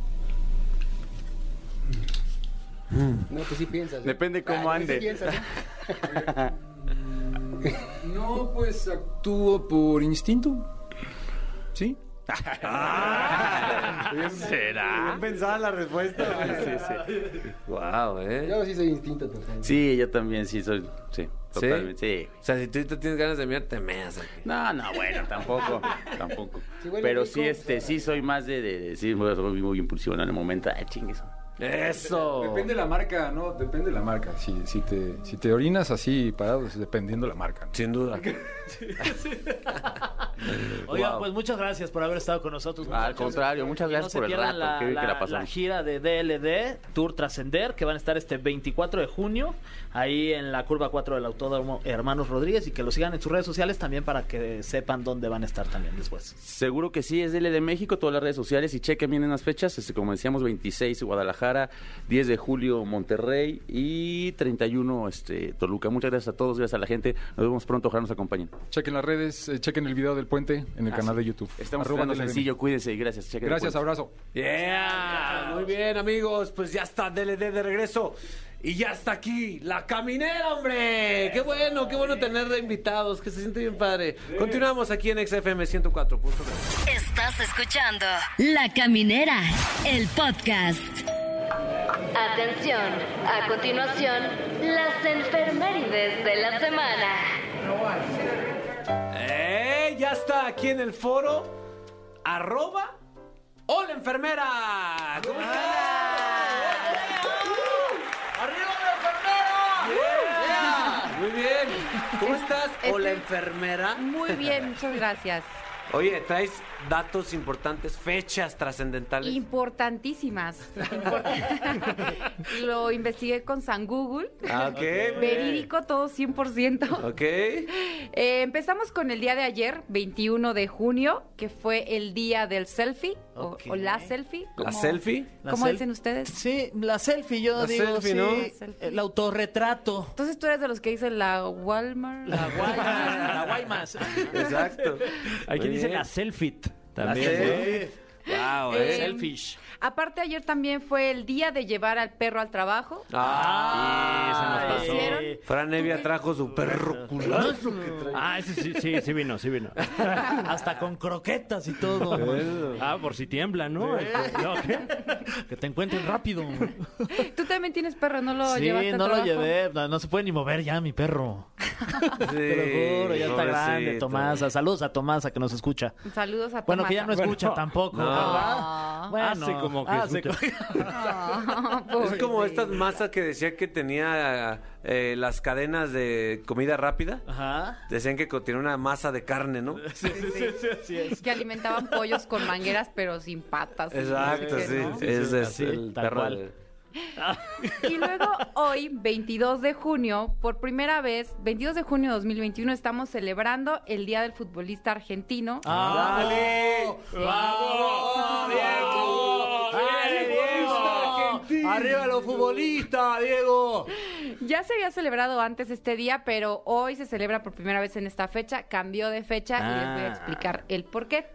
[SPEAKER 10] No, pues sí piensas. ¿eh?
[SPEAKER 9] Depende cómo
[SPEAKER 10] Ah, pues sí
[SPEAKER 9] ande.
[SPEAKER 10] piensas, ¿eh?
[SPEAKER 8] No, pues actúo por instinto. ¿Sí?
[SPEAKER 9] ¿Será?
[SPEAKER 2] Pensaba la respuesta.
[SPEAKER 9] Sí, sí.
[SPEAKER 2] Wow, ¿eh?
[SPEAKER 10] Yo sí soy instinto total.
[SPEAKER 9] Sí, yo también, sí, soy. Sí,
[SPEAKER 2] ¿Sí?
[SPEAKER 9] totalmente. Sí,
[SPEAKER 2] O sea, si tú te tienes ganas de mirar, te meas aquí.
[SPEAKER 9] No, no, bueno, tampoco, tampoco.
[SPEAKER 10] Si huele
[SPEAKER 9] Pero
[SPEAKER 10] rico,
[SPEAKER 9] sí, este,
[SPEAKER 10] pues,
[SPEAKER 9] sí soy más de, de- de- sí, soy muy impulsivo ¿no? en el momento. Ay, chingues.
[SPEAKER 2] Eso.
[SPEAKER 8] Depende de la marca, ¿no? Depende de la marca. Si, si, te, si te orinas así parado, es dependiendo de la marca. ¿no?
[SPEAKER 2] Sin duda.
[SPEAKER 4] Oigan,
[SPEAKER 9] Wow.
[SPEAKER 4] pues muchas gracias por haber estado con nosotros.
[SPEAKER 9] Al
[SPEAKER 4] muchachos.
[SPEAKER 9] contrario, muchas
[SPEAKER 4] Y no
[SPEAKER 9] gracias
[SPEAKER 4] se
[SPEAKER 9] por el
[SPEAKER 4] pierdan
[SPEAKER 9] rato.
[SPEAKER 4] La,
[SPEAKER 9] Qué bien que
[SPEAKER 4] la-
[SPEAKER 9] la pasamos.
[SPEAKER 4] la gira de DLD, Tour Trascender, que van a estar este 24 de junio, ahí en la curva 4 del Autódromo Hermanos Rodríguez, y que lo sigan en sus redes sociales también para que sepan dónde van a estar también después.
[SPEAKER 9] Seguro que sí, es DL de México, todas las redes sociales y chequen bien en las fechas. Este, como decíamos, 26 Guadalajara, 10 de julio Monterrey y 31 este, Toluca. Muchas gracias a todos, gracias a la gente. Nos vemos pronto, ojalá nos acompañen.
[SPEAKER 8] Chequen las redes, eh, chequen el video del puente en el
[SPEAKER 9] Ah,
[SPEAKER 8] canal
[SPEAKER 9] sí.
[SPEAKER 8] de YouTube.
[SPEAKER 9] Estamos
[SPEAKER 8] Arroba
[SPEAKER 9] jugando
[SPEAKER 8] DLM.
[SPEAKER 9] sencillo, cuídense y gracias. chequen el
[SPEAKER 8] Gracias,
[SPEAKER 9] puente.
[SPEAKER 8] abrazo.
[SPEAKER 2] Yeah, muy bien amigos, pues ya está DLD de regreso y ya está aquí la caminera, hombre. Qué bueno, qué bueno tener de invitados, que se siente bien padre. Continuamos aquí en XFM 104.3.
[SPEAKER 5] Estás escuchando La Caminera, el podcast. Atención, a continuación, las enfermerides de la semana.
[SPEAKER 2] ¡Eh! Ya está aquí en el foro. Arroba. ¡Hola, enfermera! ¿Cómo estás? ¡Arriba la enfermera! Muy bien. ¿Cómo estás? Hola, enfermera.
[SPEAKER 11] Muy bien, muchas gracias.
[SPEAKER 2] Oye, traes datos importantes, fechas trascendentales.
[SPEAKER 11] Importantísimas. Import- Lo investigué con San Google.
[SPEAKER 2] Ah, ok.
[SPEAKER 11] Verídico todo 100%.
[SPEAKER 2] Ok.
[SPEAKER 11] Eh, empezamos con el día de ayer, 21 de junio, que fue el día del selfie o-
[SPEAKER 4] Ok.
[SPEAKER 11] o, la selfie.
[SPEAKER 2] ¿La
[SPEAKER 11] como-
[SPEAKER 2] selfie?
[SPEAKER 4] La
[SPEAKER 11] ¿Cómo
[SPEAKER 4] sel-
[SPEAKER 11] dicen ustedes?
[SPEAKER 4] Sí, la selfie, yo
[SPEAKER 2] La
[SPEAKER 4] digo,
[SPEAKER 2] selfie,
[SPEAKER 4] sí, eh,
[SPEAKER 2] ¿no?
[SPEAKER 11] La selfie.
[SPEAKER 4] el autorretrato.
[SPEAKER 11] Entonces tú eres de los que dicen la Walmart.
[SPEAKER 4] La guay, la guay más.
[SPEAKER 2] Exacto.
[SPEAKER 3] Hay quien
[SPEAKER 2] Muy
[SPEAKER 3] dice
[SPEAKER 2] bien.
[SPEAKER 3] la selfie
[SPEAKER 2] La
[SPEAKER 3] también. ¿no?
[SPEAKER 2] selfie. Wow,
[SPEAKER 11] Eh,
[SPEAKER 2] eh.
[SPEAKER 4] Selfish.
[SPEAKER 11] Aparte ayer también fue el día de llevar al perro al trabajo.
[SPEAKER 2] Ah,
[SPEAKER 11] se nos pasó.
[SPEAKER 4] Ay,
[SPEAKER 2] Fran Evia trajo su perro culazo.
[SPEAKER 3] Ah, ese sí, sí, sí vino, sí vino.
[SPEAKER 4] Hasta con croquetas y todo.
[SPEAKER 3] Ah, por si tiembla, ¿no? Este, No, ¿qué?
[SPEAKER 4] que te encuentren rápido.
[SPEAKER 11] Tú también tienes perro, ¿no lo
[SPEAKER 4] sí,
[SPEAKER 11] llevaste al
[SPEAKER 4] no lo
[SPEAKER 11] trabajo?
[SPEAKER 4] llevé. No, no se puede ni mover ya mi perro. Te lo juro, ya está grande, Tomasa. Saludos a Tomasa que nos escucha.
[SPEAKER 11] Saludos a
[SPEAKER 4] Bueno, que ya no
[SPEAKER 11] Tomasa.
[SPEAKER 4] escucha tampoco.
[SPEAKER 2] No.
[SPEAKER 4] ¿verdad? Ah, Bueno,
[SPEAKER 3] Hace como que
[SPEAKER 4] hace
[SPEAKER 3] escucha.
[SPEAKER 4] co-
[SPEAKER 11] Ah,
[SPEAKER 2] Es como
[SPEAKER 11] pobrecito.
[SPEAKER 2] estas masas que decía que tenía eh, las cadenas de comida rápida.
[SPEAKER 4] Ajá.
[SPEAKER 2] Decían que contiene una masa de carne, ¿no?
[SPEAKER 11] que alimentaban pollos con mangueras pero sin patas.
[SPEAKER 2] Exacto,
[SPEAKER 11] Que
[SPEAKER 2] sí.
[SPEAKER 11] no.
[SPEAKER 2] Es,
[SPEAKER 4] sí,
[SPEAKER 2] es
[SPEAKER 4] así,
[SPEAKER 2] el
[SPEAKER 4] tal
[SPEAKER 2] perro
[SPEAKER 4] cual.
[SPEAKER 2] de-
[SPEAKER 11] Y luego hoy, 22 de junio, por primera vez, 22 de junio de 2021, estamos celebrando el Día del Futbolista Argentino.
[SPEAKER 4] Ah. ¡Dale! ¡Vamos, Diego! ¡Dale, Diego! ¡Arriba los futbolistas, Diego!
[SPEAKER 11] Ya se había celebrado antes este día, pero hoy se celebra por primera vez en esta fecha. Cambió de fecha y les voy a
[SPEAKER 3] Ah.
[SPEAKER 11] explicar el por qué.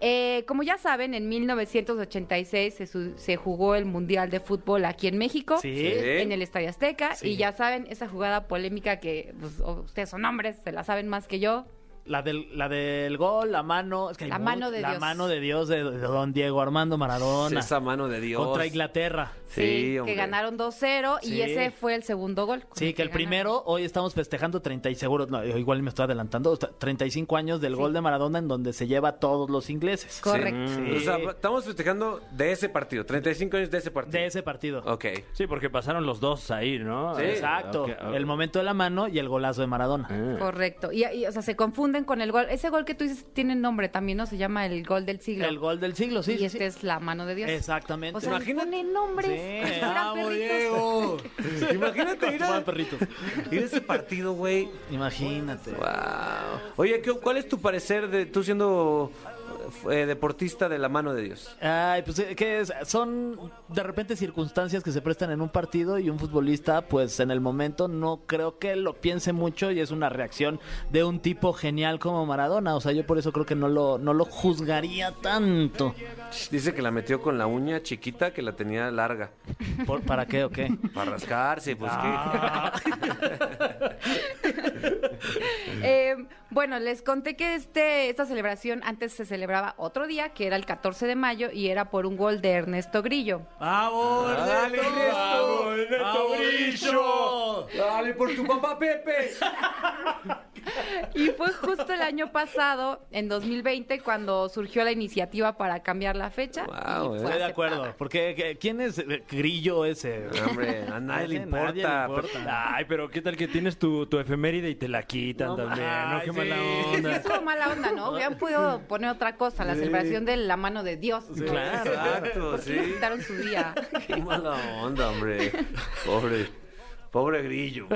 [SPEAKER 11] Eh, como ya saben, en 1986 se, su- se jugó el Mundial de Fútbol aquí en México.
[SPEAKER 4] Sí.
[SPEAKER 11] en el Estadio Azteca
[SPEAKER 4] Sí.
[SPEAKER 11] y ya saben esa jugada polémica que pues, o- ustedes son hombres, se la saben más que yo.
[SPEAKER 4] La del, la del gol, la mano. es que hay
[SPEAKER 11] La
[SPEAKER 4] mu-
[SPEAKER 11] mano de
[SPEAKER 4] la
[SPEAKER 11] Dios.
[SPEAKER 4] mano de Dios de, de Don Diego Armando Maradona.
[SPEAKER 2] Esa mano de Dios.
[SPEAKER 4] Contra Inglaterra.
[SPEAKER 2] Sí,
[SPEAKER 11] que
[SPEAKER 2] hombre.
[SPEAKER 11] ganaron 2-0
[SPEAKER 4] Sí.
[SPEAKER 11] y ese fue el segundo gol. con
[SPEAKER 4] Sí, que el
[SPEAKER 11] ganaron.
[SPEAKER 4] primero, hoy estamos festejando 30 y seguro, no, eh, igual me estoy adelantando, está- 35 años del gol de Maradona en donde se lleva a todos los ingleses.
[SPEAKER 2] Sí. Mm.
[SPEAKER 11] Correcto.
[SPEAKER 2] O sea, estamos festejando de ese partido, 35 años de ese partido.
[SPEAKER 4] De ese partido.
[SPEAKER 2] Ok.
[SPEAKER 3] Sí, porque pasaron los dos ahí, ¿no?
[SPEAKER 2] Sí.
[SPEAKER 4] Exacto.
[SPEAKER 3] Ok, ok. Ah.
[SPEAKER 4] El momento de la mano y el golazo de Maradona.
[SPEAKER 11] Correcto. Y, y, o sea, se confunden con el gol. Ese gol que tú dices tiene nombre también, ¿no? Se llama el gol del siglo.
[SPEAKER 4] El gol del siglo, sí.
[SPEAKER 11] y
[SPEAKER 4] sí,
[SPEAKER 11] este
[SPEAKER 4] sí.
[SPEAKER 11] es la mano de Dios.
[SPEAKER 4] Exactamente.
[SPEAKER 11] O sea,
[SPEAKER 2] Imagina-
[SPEAKER 11] Imagínate. ponen nombres. como si
[SPEAKER 4] Sí, Ah,
[SPEAKER 11] fueran
[SPEAKER 4] vamos,
[SPEAKER 11] perritos.
[SPEAKER 4] Diego.
[SPEAKER 2] Imagínate ir a,
[SPEAKER 4] Juan Perrito.
[SPEAKER 2] ir a ese partido, güey.
[SPEAKER 4] Imagínate.
[SPEAKER 2] Wow. Oye, ¿qué- ¿cuál es tu parecer de tú siendo eh, deportista de la mano de Dios?
[SPEAKER 4] Ay, pues que son de repente circunstancias que se prestan en un partido y un futbolista, pues en el momento no creo que lo piense mucho y es una reacción de un tipo genial como Maradona. O sea, yo por eso creo que no lo, no lo juzgaría tanto.
[SPEAKER 2] Dice que la metió con la uña chiquita que la tenía larga.
[SPEAKER 4] ¿Por- ¿Para qué o qué? Ah,
[SPEAKER 2] Para rascarse, pues qué.
[SPEAKER 11] Eh, bueno, les conté que este, esta celebración antes se celebraba otro día, que era el 14 de mayo, y era por un gol de Ernesto Grillo.
[SPEAKER 4] ¡Vamos,
[SPEAKER 2] Dale, Ernesto.
[SPEAKER 4] Ernesto Grillo!
[SPEAKER 2] Dale por tu papá Pepe.
[SPEAKER 11] Y fue justo el año pasado, en 2020, cuando surgió la iniciativa para cambiar la fecha.
[SPEAKER 2] Wow,
[SPEAKER 11] y
[SPEAKER 2] eh.
[SPEAKER 11] fue
[SPEAKER 4] Estoy de
[SPEAKER 11] hace-
[SPEAKER 4] acuerdo, porque eh, ¿quién es eh, grillo ese?
[SPEAKER 2] Hombre, a nadie le
[SPEAKER 4] Nadie
[SPEAKER 2] importa.
[SPEAKER 3] Ay, pero qué tal que tienes tu, tu efeméride y te la quitan también. no,
[SPEAKER 4] ay,
[SPEAKER 3] qué
[SPEAKER 4] sí.
[SPEAKER 3] mala onda.
[SPEAKER 11] Estuvo mala onda, ¿no? Hubieran podido poner otra cosa, la celebración de la mano de Dios. ¿no?
[SPEAKER 2] Claro, exacto,
[SPEAKER 11] ¿Por qué le
[SPEAKER 2] sí.
[SPEAKER 11] quitaron su día?
[SPEAKER 2] Qué mala onda, hombre. Pobre. Pobre grillo.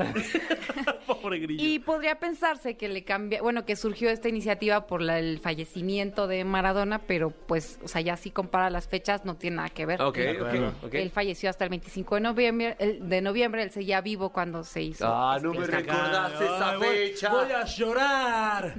[SPEAKER 4] Pobre grillo.
[SPEAKER 11] Y podría pensarse que le cambia, bueno, que surgió esta iniciativa por la- el fallecimiento de Maradona, pero pues, o sea, ya si compara las fechas no tiene nada que ver.
[SPEAKER 2] Ok,
[SPEAKER 4] acuerdo.
[SPEAKER 2] ok, ok.
[SPEAKER 11] Él falleció hasta el 25 de noviembre, el- de noviembre él seguía vivo cuando se hizo.
[SPEAKER 2] Ah, no me
[SPEAKER 11] este-
[SPEAKER 2] recordaste esa fecha.
[SPEAKER 4] a llorar.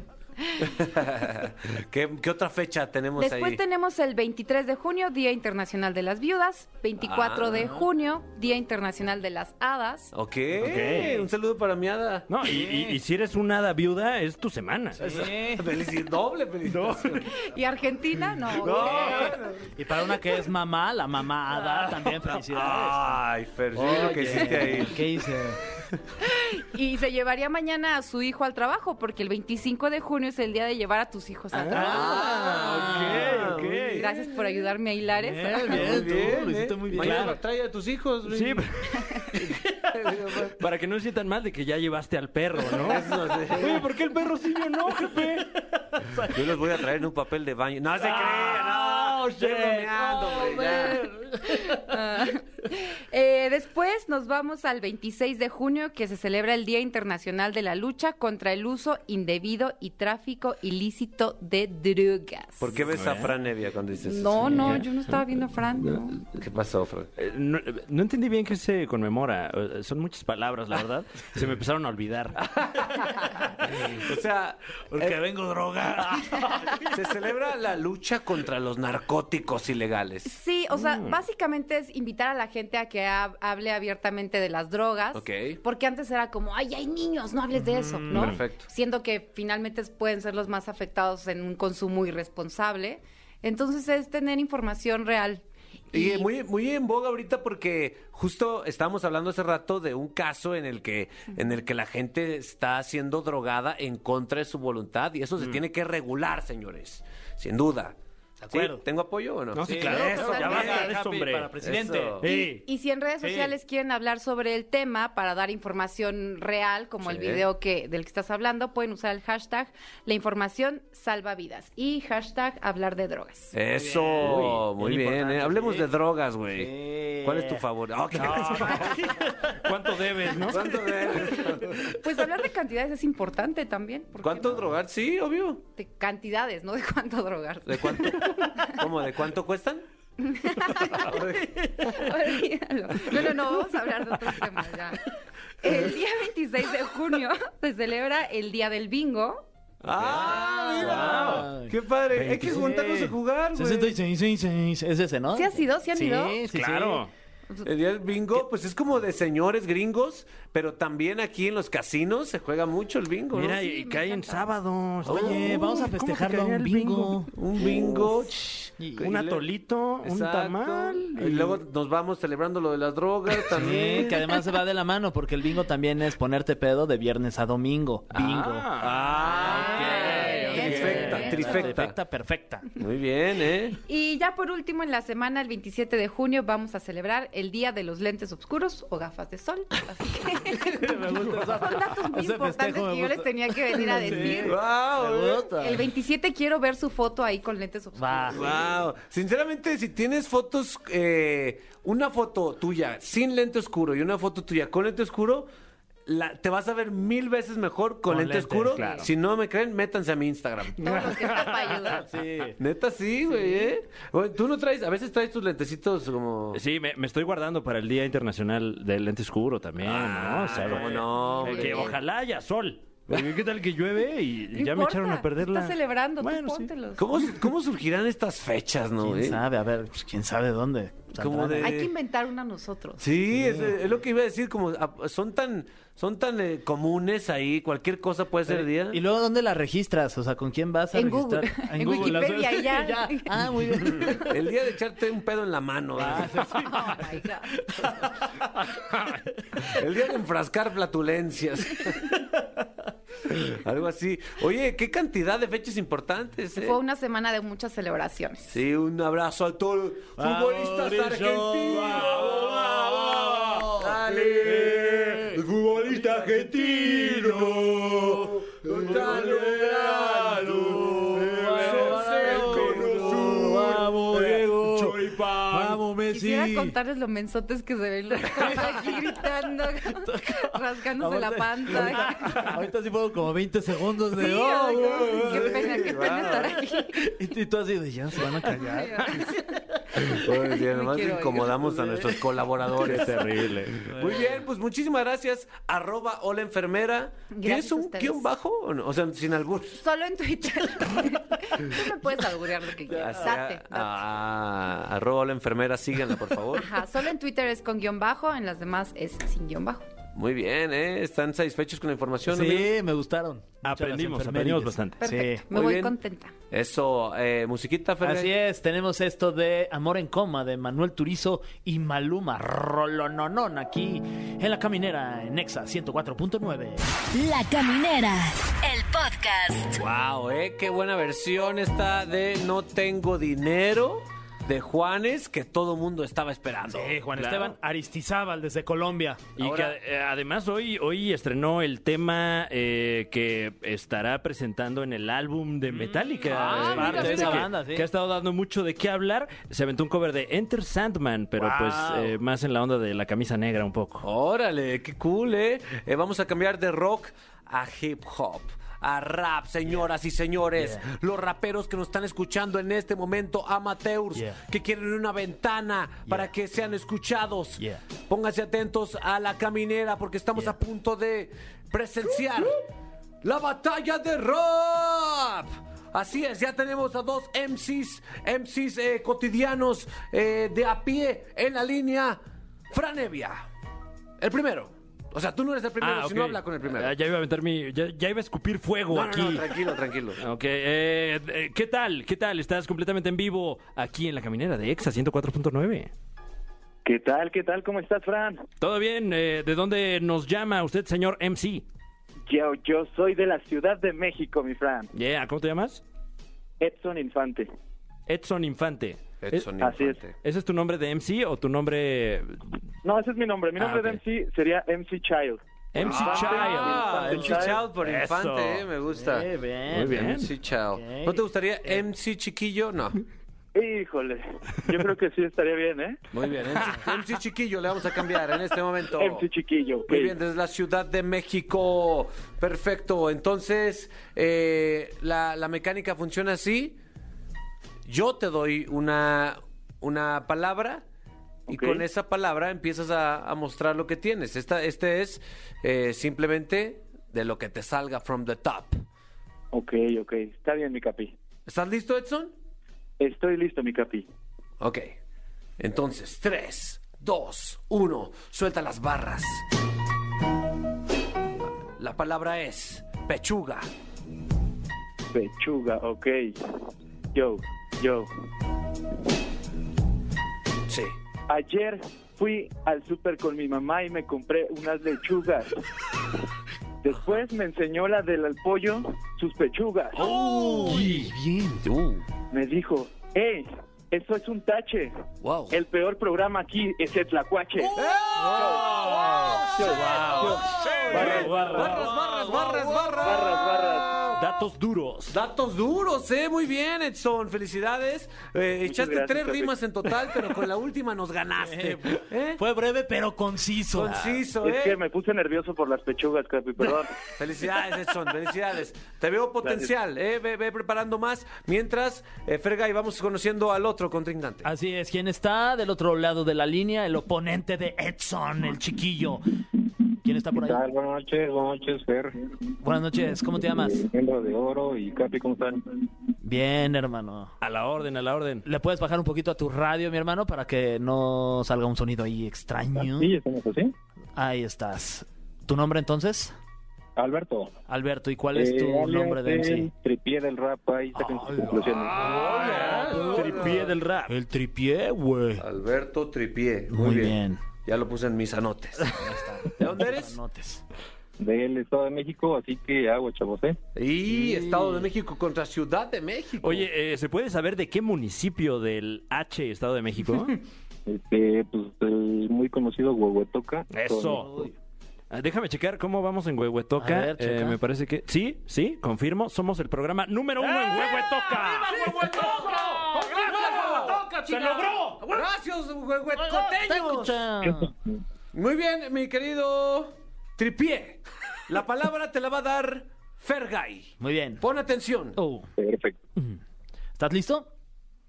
[SPEAKER 2] ¿Qué, qué otra fecha tenemos
[SPEAKER 11] Después
[SPEAKER 2] ahí?
[SPEAKER 11] tenemos el 23 de junio, Día Internacional de las Viudas, 24
[SPEAKER 2] Ah.
[SPEAKER 11] de junio, Día Internacional de las Hadas.
[SPEAKER 2] Okay. ok, un saludo para mi hada.
[SPEAKER 3] No, y, y- y si eres una hada viuda, es tu semana.
[SPEAKER 2] Felici- doble felicitación.
[SPEAKER 11] Y Argentina, no.
[SPEAKER 4] Y para una que es mamá, la mamada también felicidades.
[SPEAKER 2] Ay, Fer, sí, lo que
[SPEAKER 4] Oye,
[SPEAKER 2] hiciste ahí.
[SPEAKER 4] ¿Qué hice?
[SPEAKER 11] Y se llevaría mañana a su hijo al trabajo, porque el 25 de junio es el día de llevar a tus hijos al
[SPEAKER 2] Ah,
[SPEAKER 11] trabajo.
[SPEAKER 2] ok, ok.
[SPEAKER 11] Gracias por ayudarme a hilar eso.
[SPEAKER 4] Bien, tú, lo
[SPEAKER 2] ¿eh?
[SPEAKER 4] hiciste muy bien.
[SPEAKER 2] Mañana
[SPEAKER 4] Claro.
[SPEAKER 2] trae a tus hijos. güey.
[SPEAKER 3] Sí, pero- para que no se sientan mal de que ya llevaste al perro, ¿no? Oye, ¿por qué el perro sí yo no, jefe?
[SPEAKER 2] Yo los voy a traer en un papel de baño. No se
[SPEAKER 4] Ah,
[SPEAKER 2] crean, no. Estoy
[SPEAKER 3] shit.
[SPEAKER 2] bromeando, hombre, ya.
[SPEAKER 11] Ah. Eh, después nos vamos al 26 de junio, que se celebra el Día Internacional de la Lucha contra el Uso Indebido y Tráfico Ilícito de Drogas.
[SPEAKER 2] ¿Por qué
[SPEAKER 4] ¿eh?
[SPEAKER 2] ves a Fran Evia cuando dices
[SPEAKER 11] No,
[SPEAKER 2] eso?
[SPEAKER 11] no, yo no estaba viendo a Fran. no.
[SPEAKER 2] ¿Qué pasó, Fran?
[SPEAKER 3] Eh, No, no entendí bien qué se conmemora. Eh, Son muchas palabras, la
[SPEAKER 2] Ah.
[SPEAKER 3] verdad. Se me empezaron a olvidar.
[SPEAKER 2] O sea,
[SPEAKER 4] Porque
[SPEAKER 2] eh,
[SPEAKER 4] vengo drogada.
[SPEAKER 2] se celebra la lucha contra los narcóticos ilegales. Mm.
[SPEAKER 11] Sí, o sea, básicamente es invitar a la gente a que hab- hable abiertamente de las drogas.
[SPEAKER 2] Ok.
[SPEAKER 11] Porque antes era como, ay, hay niños, no hables de eso,
[SPEAKER 5] Mm.
[SPEAKER 11] ¿no?
[SPEAKER 2] perfecto.
[SPEAKER 11] Siendo que finalmente pueden ser los más afectados en un consumo irresponsable. Entonces es tener información real.
[SPEAKER 2] Y muy, muy en boga ahorita porque justo estábamos hablando hace rato de un caso en el que, en el que la gente está siendo drogada en contra de su voluntad y eso se tiene que regular, señores, sin duda. ¿Sí?
[SPEAKER 4] acuerdo.
[SPEAKER 2] ¿Tengo apoyo o no?
[SPEAKER 3] No, sí, claro.
[SPEAKER 4] Eso, ya
[SPEAKER 11] totalmente.
[SPEAKER 4] basta de eso, hombre.
[SPEAKER 3] Para
[SPEAKER 2] presidente.
[SPEAKER 4] Eso.
[SPEAKER 3] Ey.
[SPEAKER 11] Y si en redes
[SPEAKER 4] Sí.
[SPEAKER 11] sociales quieren hablar sobre el tema para dar información real, como el
[SPEAKER 2] Sí.
[SPEAKER 11] video que, del que estás hablando, pueden usar el hashtag La información salva vidas y hashtag hablar de
[SPEAKER 2] Eh.
[SPEAKER 11] drogas.
[SPEAKER 2] Eso,
[SPEAKER 3] Uy,
[SPEAKER 2] muy
[SPEAKER 3] bien
[SPEAKER 2] bien.
[SPEAKER 3] importante,
[SPEAKER 2] ¿eh? Hablemos
[SPEAKER 3] sí.
[SPEAKER 2] de drogas, güey. ¿Cuál es tu favor? Ah, ok.
[SPEAKER 3] ¿Cuánto debes, no?
[SPEAKER 2] ¿Cuánto de...
[SPEAKER 11] Pues hablar de cantidades es importante también. ¿por qué
[SPEAKER 2] ¿Cuánto
[SPEAKER 11] no?
[SPEAKER 2] drogar? Sí, obvio.
[SPEAKER 11] De cantidades, no de cuánto drogar.
[SPEAKER 2] ¿De cuánto? ¿Cómo? ¿De cuánto cuestan?
[SPEAKER 11] Olvídalo. No, no, no, vamos a hablar de otros temas ya. El día 26 de junio se celebra el Día del Bingo.
[SPEAKER 2] ¡Ah, mira! ¡Qué padre! Hay que juntarnos a jugar, güey.
[SPEAKER 4] 66, es ese, ¿no?
[SPEAKER 11] ¿Sí has ido? ¿Sí han ido?
[SPEAKER 4] Sí, sí,
[SPEAKER 3] Claro.
[SPEAKER 2] El día del bingo, pues es como de señores gringos, pero también aquí en los casinos se juega mucho el bingo, ¿no?
[SPEAKER 3] Mira,
[SPEAKER 11] Sí,
[SPEAKER 3] y
[SPEAKER 11] me
[SPEAKER 3] cae en
[SPEAKER 11] encanta.
[SPEAKER 3] sábado.
[SPEAKER 2] Oh,
[SPEAKER 3] Está
[SPEAKER 4] Oye,
[SPEAKER 3] bien.
[SPEAKER 4] vamos a
[SPEAKER 3] ¿Cómo te
[SPEAKER 4] festejarlo a
[SPEAKER 3] caería
[SPEAKER 4] un
[SPEAKER 3] el
[SPEAKER 4] bingo.
[SPEAKER 2] Un bingo.
[SPEAKER 4] Y-
[SPEAKER 3] Un atolito, un
[SPEAKER 2] Exacto.
[SPEAKER 3] tamal.
[SPEAKER 2] Y luego nos vamos celebrando lo de las drogas
[SPEAKER 4] Sí,
[SPEAKER 2] también.
[SPEAKER 4] que además va de la mano, porque el bingo también es ponerte pedo de viernes a domingo. Bingo.
[SPEAKER 2] Ah,
[SPEAKER 11] ok,
[SPEAKER 2] ok. Ah, Trifecta,
[SPEAKER 11] ok.
[SPEAKER 2] trifecta.
[SPEAKER 4] perfecta.
[SPEAKER 2] Muy bien, ¿eh?
[SPEAKER 11] Y ya por último, en la semana, el 27 de junio, vamos a celebrar el Día de los Lentes Oscuros o Gafas de Sol. Así que son datos muy
[SPEAKER 4] Ese
[SPEAKER 11] importantes
[SPEAKER 2] Ah,
[SPEAKER 4] festejo me
[SPEAKER 11] que yo les
[SPEAKER 4] gusta.
[SPEAKER 11] tenía que venir a decir.
[SPEAKER 2] ¡Wow!
[SPEAKER 4] Me gusta.
[SPEAKER 11] El 27 quiero ver su foto ahí con lentes oscuros.
[SPEAKER 4] Va.
[SPEAKER 2] Wow, sinceramente, si tienes fotos, eh, una foto tuya sin lente oscuro y una foto tuya con lente oscuro, la- te vas a ver mil veces mejor con,
[SPEAKER 4] Con
[SPEAKER 2] lente,
[SPEAKER 4] lentes,
[SPEAKER 2] oscuro.
[SPEAKER 4] claro.
[SPEAKER 2] Si no me creen, métanse a mi Instagram.
[SPEAKER 11] Todo lo que está para ayudar.
[SPEAKER 2] Neta, sí, güey, ¿eh? Oye, Tú no traes, a veces traes tus lentecitos como.
[SPEAKER 3] Sí, me, me estoy guardando para el Día Internacional del Lente Oscuro también, ¿no? O sea,
[SPEAKER 2] Ah, ¿cómo no,
[SPEAKER 3] que
[SPEAKER 11] güey?
[SPEAKER 3] ojalá haya sol. Porque ¿Qué tal que llueve y
[SPEAKER 11] No
[SPEAKER 3] ya me
[SPEAKER 11] importa,
[SPEAKER 3] echaron a perder
[SPEAKER 11] se
[SPEAKER 3] la...
[SPEAKER 11] Está celebrando,
[SPEAKER 3] Bueno,
[SPEAKER 11] tú
[SPEAKER 3] sí.
[SPEAKER 11] póntelos.
[SPEAKER 2] ¿Cómo, cómo surgirán estas fechas, no,
[SPEAKER 4] ¿Quién
[SPEAKER 2] güey?
[SPEAKER 4] sabe? A ver, pues, quién sabe dónde.
[SPEAKER 2] Como de-
[SPEAKER 11] Hay que inventar una nosotros.
[SPEAKER 2] Sí, es, es lo que iba a decir, como ah, son tan, son tan eh, comunes ahí, cualquier cosa puede ser día.
[SPEAKER 4] Eh, ¿Y luego dónde la registras? O sea, ¿con quién vas a
[SPEAKER 11] En
[SPEAKER 4] registrar?
[SPEAKER 11] Google. En Wikipedia,
[SPEAKER 4] las-
[SPEAKER 11] ya.
[SPEAKER 4] Ah, muy bien.
[SPEAKER 2] El día de echarte un pedo en la mano. ¿eh?
[SPEAKER 4] Ah,
[SPEAKER 11] Oh my God.
[SPEAKER 2] El día de enfrascar flatulencias. Algo así. Oye, qué cantidad de fechas importantes. ¿eh?
[SPEAKER 11] Fue una semana de muchas celebraciones.
[SPEAKER 2] Sí, un abrazo a todos los futbolistas argentinos. ¡Dale! ¡El futbolista argentino! ¡Dale!
[SPEAKER 4] Vamos,
[SPEAKER 11] Quisiera contarles los mensotes que se ven los aquí gritando, rasgándose la panta.
[SPEAKER 4] Ahorita, ahorita sí fueron como 20 segundos de.
[SPEAKER 11] Sí,
[SPEAKER 4] "Oh,
[SPEAKER 11] o sea,
[SPEAKER 4] güey".
[SPEAKER 11] qué pena, qué pena estar aquí.
[SPEAKER 4] Y tú- y tú así de ya se van a callar.
[SPEAKER 2] Oye, sí,
[SPEAKER 11] Me
[SPEAKER 2] nomás
[SPEAKER 11] quiero
[SPEAKER 2] incomodamos a nuestros colaboradores.
[SPEAKER 3] Terrible.
[SPEAKER 2] Muy bien, pues muchísimas gracias. Arroba hola enfermera. ¿Tienes
[SPEAKER 11] Gracias a
[SPEAKER 2] un
[SPEAKER 11] ustedes.
[SPEAKER 2] guión bajo? o no? O sea, sin albur.
[SPEAKER 11] Solo en Twitter. Tú me puedes augurear lo que quieras. Date,
[SPEAKER 2] Hacia-
[SPEAKER 11] date.
[SPEAKER 2] Ah, arroba hola enfermera, síganla, por favor.
[SPEAKER 11] Ajá, solo en Twitter es con guión bajo, en las demás es sin guión bajo.
[SPEAKER 2] Muy bien, ¿eh? ¿Están satisfechos con la información? amigos?
[SPEAKER 4] Sí, me gustaron. Mucho las
[SPEAKER 3] Aprendimos,
[SPEAKER 4] enfermerides.
[SPEAKER 3] aprendimos bastante.
[SPEAKER 11] Perfecto, me
[SPEAKER 2] muy
[SPEAKER 11] voy
[SPEAKER 2] bien.
[SPEAKER 11] contenta.
[SPEAKER 2] Eso, eh, musiquita, Fergay.
[SPEAKER 4] Así es, tenemos esto de Amor en Coma de Manuel Turizo y Maluma Rolononón aquí en la caminera en Nexa 104.9.
[SPEAKER 5] La Caminera, el podcast.
[SPEAKER 2] Wow, eh, qué buena versión esta de No tengo dinero de Juanes que todo mundo estaba esperando.
[SPEAKER 4] Juan
[SPEAKER 3] Claro. Esteban
[SPEAKER 4] Aristizábal desde Colombia.
[SPEAKER 3] Y
[SPEAKER 2] Ahora-
[SPEAKER 3] que eh, además hoy, hoy estrenó el tema eh, que estará presentando en el álbum
[SPEAKER 2] Mm.
[SPEAKER 3] de Metallica.
[SPEAKER 4] Ah,
[SPEAKER 3] Eh,
[SPEAKER 4] mira,
[SPEAKER 3] parte de
[SPEAKER 4] mira.
[SPEAKER 3] que,
[SPEAKER 4] banda, sí.
[SPEAKER 3] que ha estado dando mucho de qué hablar. Se aventó un cover de Enter Sandman, pero
[SPEAKER 4] Wow.
[SPEAKER 3] pues eh, más en la onda de la camisa negra un poco.
[SPEAKER 2] Órale, qué cool, eh. Eh, Vamos a cambiar de rock a hip hop. A rap, señoras y señores, los raperos que nos están escuchando en este momento, amateurs,
[SPEAKER 4] Yeah.
[SPEAKER 2] que quieren una ventana para que sean escuchados.
[SPEAKER 4] Yeah.
[SPEAKER 2] Pónganse atentos a la caminera porque estamos
[SPEAKER 4] Yeah.
[SPEAKER 2] a punto de presenciar la batalla de rap. Así es, ya tenemos a dos MCs, MCs eh, cotidianos eh, de a pie en la línea. Franevia, el primero. O sea, tú no eres el primero,
[SPEAKER 3] Ah,
[SPEAKER 2] si no
[SPEAKER 3] ok.
[SPEAKER 2] habla con el primero.
[SPEAKER 3] Ah, ya iba a aventar mi. Ya, ya iba a escupir fuego
[SPEAKER 2] No, no, no,
[SPEAKER 3] aquí.
[SPEAKER 2] tranquilo, tranquilo.
[SPEAKER 3] Ok, eh, eh, ¿qué tal? ¿Qué tal? Estás completamente en vivo aquí en la caminera de Exa 104.9.
[SPEAKER 12] ¿Qué tal? ¿Qué tal? ¿Cómo estás, Fran?
[SPEAKER 3] ¿Todo bien? Eh, ¿De dónde nos llama usted, señor MC?
[SPEAKER 12] Yo, yo soy de la Ciudad de México, mi Fran.
[SPEAKER 3] Yeah, ¿cómo te llamas?
[SPEAKER 12] Edson Infante.
[SPEAKER 3] Edson Infante.
[SPEAKER 2] Edson
[SPEAKER 12] así
[SPEAKER 2] Infante.
[SPEAKER 3] ¿E- ¿Ese es tu nombre de MC o tu nombre
[SPEAKER 12] No, ese es mi nombre. Mi
[SPEAKER 3] Ah,
[SPEAKER 12] nombre
[SPEAKER 3] ok.
[SPEAKER 12] de MC sería MC Child.
[SPEAKER 3] MC
[SPEAKER 2] Ah,
[SPEAKER 12] Child.
[SPEAKER 2] MC
[SPEAKER 12] Child.
[SPEAKER 2] Child por
[SPEAKER 3] Eso.
[SPEAKER 2] Infante, eh, me gusta.
[SPEAKER 4] Eh, bien,
[SPEAKER 3] Muy bien. Eh.
[SPEAKER 2] MC Child.
[SPEAKER 4] Ok.
[SPEAKER 2] ¿No te gustaría MC Chiquillo? No.
[SPEAKER 12] Híjole, yo creo que sí estaría bien, ¿eh?
[SPEAKER 2] Muy bien, MC, MC Chiquillo le vamos a cambiar en este momento.
[SPEAKER 12] MC Chiquillo. ok.
[SPEAKER 2] Muy bien, desde la Ciudad de México. Perfecto. Entonces, eh, la, la mecánica funciona así. Yo te doy una, una palabra y
[SPEAKER 12] Ok.
[SPEAKER 2] con esa palabra empiezas a, a mostrar lo que tienes. Esta, este es eh, simplemente de lo que te salga from the top.
[SPEAKER 12] Ok, ok. Está bien, mi capi.
[SPEAKER 2] ¿Estás listo, Edson?
[SPEAKER 12] Estoy listo, mi capi.
[SPEAKER 2] Ok. Entonces, tres, dos, uno. Suelta las barras. La palabra es pechuga.
[SPEAKER 12] Pechuga, ok. Yo, yo.
[SPEAKER 2] Sí.
[SPEAKER 12] Ayer fui al súper con mi mamá y me compré unas lechugas. Después me enseñó la del al pollo, sus pechugas. Me dijo, hey, eso es un tache.
[SPEAKER 2] Wow.
[SPEAKER 12] El peor programa aquí es el tlacuache. Yo, yo. Barras, barras,
[SPEAKER 2] barras, barras,
[SPEAKER 12] barras, barras.
[SPEAKER 3] Datos duros.
[SPEAKER 2] Datos duros, eh, muy bien, Edson, felicidades. Eh, echaste
[SPEAKER 12] gracias,
[SPEAKER 2] tres
[SPEAKER 12] Pepe.
[SPEAKER 2] rimas en total, pero con la última nos ganaste.
[SPEAKER 3] pues.
[SPEAKER 2] ¿Eh?
[SPEAKER 4] Fue breve pero conciso.
[SPEAKER 2] Conciso,
[SPEAKER 12] Es
[SPEAKER 2] eh.
[SPEAKER 12] que me puse nervioso por las pechugas, Capi, perdón.
[SPEAKER 2] Felicidades, Edson, felicidades. Te veo potencial, eh, ve, ve preparando más. Mientras, eh, Fergay, vamos conociendo al otro contrincante.
[SPEAKER 4] Así es, ¿quién está del otro lado de la línea? El oponente de Edson, el chiquillo. ¿Quién está por ahí?
[SPEAKER 12] Buenas noches, buenas noches, Fer.
[SPEAKER 4] Buenas noches, ¿cómo te llamas?
[SPEAKER 12] Miembro de Oro y Capi, ¿cómo están?
[SPEAKER 4] Bien, hermano.
[SPEAKER 3] A la orden, a la orden.
[SPEAKER 4] ¿Le puedes bajar un poquito a tu radio, mi hermano, para que no salga un sonido ahí extraño?
[SPEAKER 12] estamos así.
[SPEAKER 4] Ahí estás. ¿Tu nombre entonces?
[SPEAKER 12] Alberto.
[SPEAKER 4] Alberto, ¿y cuál es tu
[SPEAKER 13] Eh,
[SPEAKER 4] nombre de MC?
[SPEAKER 12] Tripié del rap, ahí sacan sus conclusiones.
[SPEAKER 3] Tripié del rap.
[SPEAKER 4] El tripié, güey.
[SPEAKER 2] Alberto Tripié,
[SPEAKER 4] Muy bien.
[SPEAKER 2] Ya lo puse en mis anotes. ¿De dónde eres?
[SPEAKER 4] Notes.
[SPEAKER 13] del Estado de México, así que agua, chavos, ¿eh?
[SPEAKER 2] Y Estado de México contra Ciudad de México.
[SPEAKER 3] Oye, eh, ¿se puede saber de qué municipio del H Estado de México?
[SPEAKER 13] Este, pues el muy conocido Huehuetoca.
[SPEAKER 3] Eso. Ah, Déjame checar cómo vamos en Huehuetoca.
[SPEAKER 13] A ver,
[SPEAKER 3] Eh,
[SPEAKER 13] checa.
[SPEAKER 3] me parece que. Sí, sí, confirmo. Somos el programa número uno
[SPEAKER 13] ¡Eh!
[SPEAKER 3] en Huehuetoca.
[SPEAKER 2] ¡Se logró! ¡Gracias, huehuetoteños! Muy bien, mi querido Tripié. La palabra te la va a dar Fergay.
[SPEAKER 4] Muy bien.
[SPEAKER 2] Pon atención.
[SPEAKER 13] Perfecto.
[SPEAKER 4] ¿Estás listo?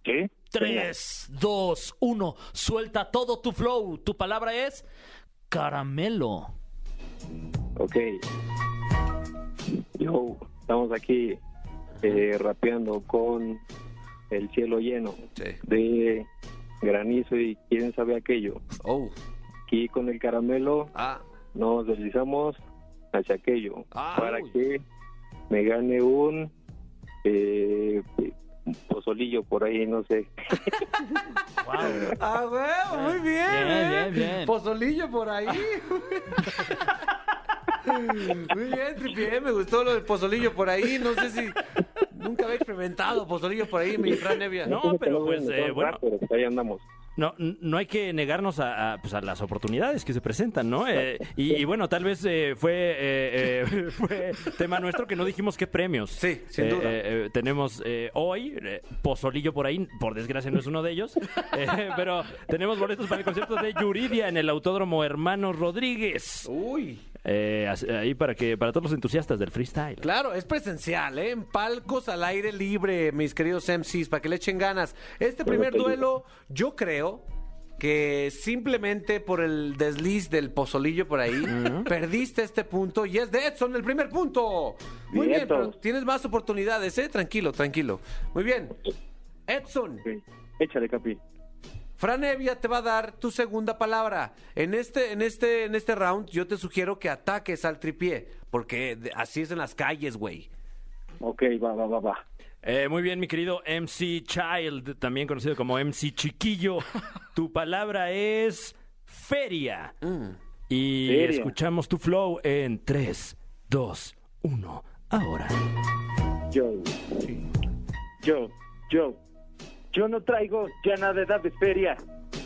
[SPEAKER 13] Sí.
[SPEAKER 4] 3, 2, 1. Suelta todo tu flow. Tu palabra es caramelo.
[SPEAKER 13] Ok. Yo, estamos aquí eh, rapeando con el cielo lleno de granizo y quién sabe aquello.
[SPEAKER 2] Oh. Ah.
[SPEAKER 13] Aquí con el caramelo nos deslizamos hacia aquello para que me gane un eh, pozolillo por ahí, no sé.
[SPEAKER 2] Ah, huevo, muy bien.
[SPEAKER 13] Bien,
[SPEAKER 2] ¿eh?
[SPEAKER 13] bien, bien.
[SPEAKER 2] Pozolillo por ahí. Muy bien, Tripié, me gustó lo del pozolillo por ahí. No sé si nunca había experimentado pozolillo por ahí, mi Fran Nevia.
[SPEAKER 3] No, pero pues, eh, bueno.
[SPEAKER 13] Ahí andamos.
[SPEAKER 3] No, n- no hay que negarnos a, a, pues, a las oportunidades que se presentan, ¿no? Eh, y, y bueno, tal vez eh, fue, eh, eh, fue tema nuestro que no dijimos qué premios. Sí,
[SPEAKER 2] sin duda.
[SPEAKER 3] tenemos eh, hoy, eh, Pozolillo por ahí, por desgracia no es uno de ellos, eh, pero tenemos boletos para el concierto de Yuridia en el Autódromo Hermano Rodríguez. Eh,
[SPEAKER 2] Uy.
[SPEAKER 3] ahí para que para todos los entusiastas del freestyle.
[SPEAKER 2] Claro, es presencial, ¿eh? En palcos al aire libre, mis queridos MCs, para que le echen ganas. Este primer duelo, yo creo que simplemente por el desliz del pozolillo por ahí, perdiste este punto y es de Edson el primer punto. Muy bien,
[SPEAKER 13] Vientos.
[SPEAKER 2] pero tienes más oportunidades, ¿eh? Tranquilo, tranquilo. Muy bien. Edson.
[SPEAKER 13] Échale, Capi.
[SPEAKER 2] Fran Evia te va a dar tu segunda palabra. En este, en este, en este round, yo te sugiero que ataques al tripié, porque de- así es en las calles, güey.
[SPEAKER 13] Ok, va, va, va, va.
[SPEAKER 3] Eh, muy bien, mi querido MC Child, también conocido como MC Chiquillo. tu palabra es feria.
[SPEAKER 12] Mm.
[SPEAKER 3] Y
[SPEAKER 13] Feria.
[SPEAKER 3] escuchamos tu flow en 3, 2, 1. Ahora.
[SPEAKER 12] Yo, yo, yo, yo no traigo ya nada de feria.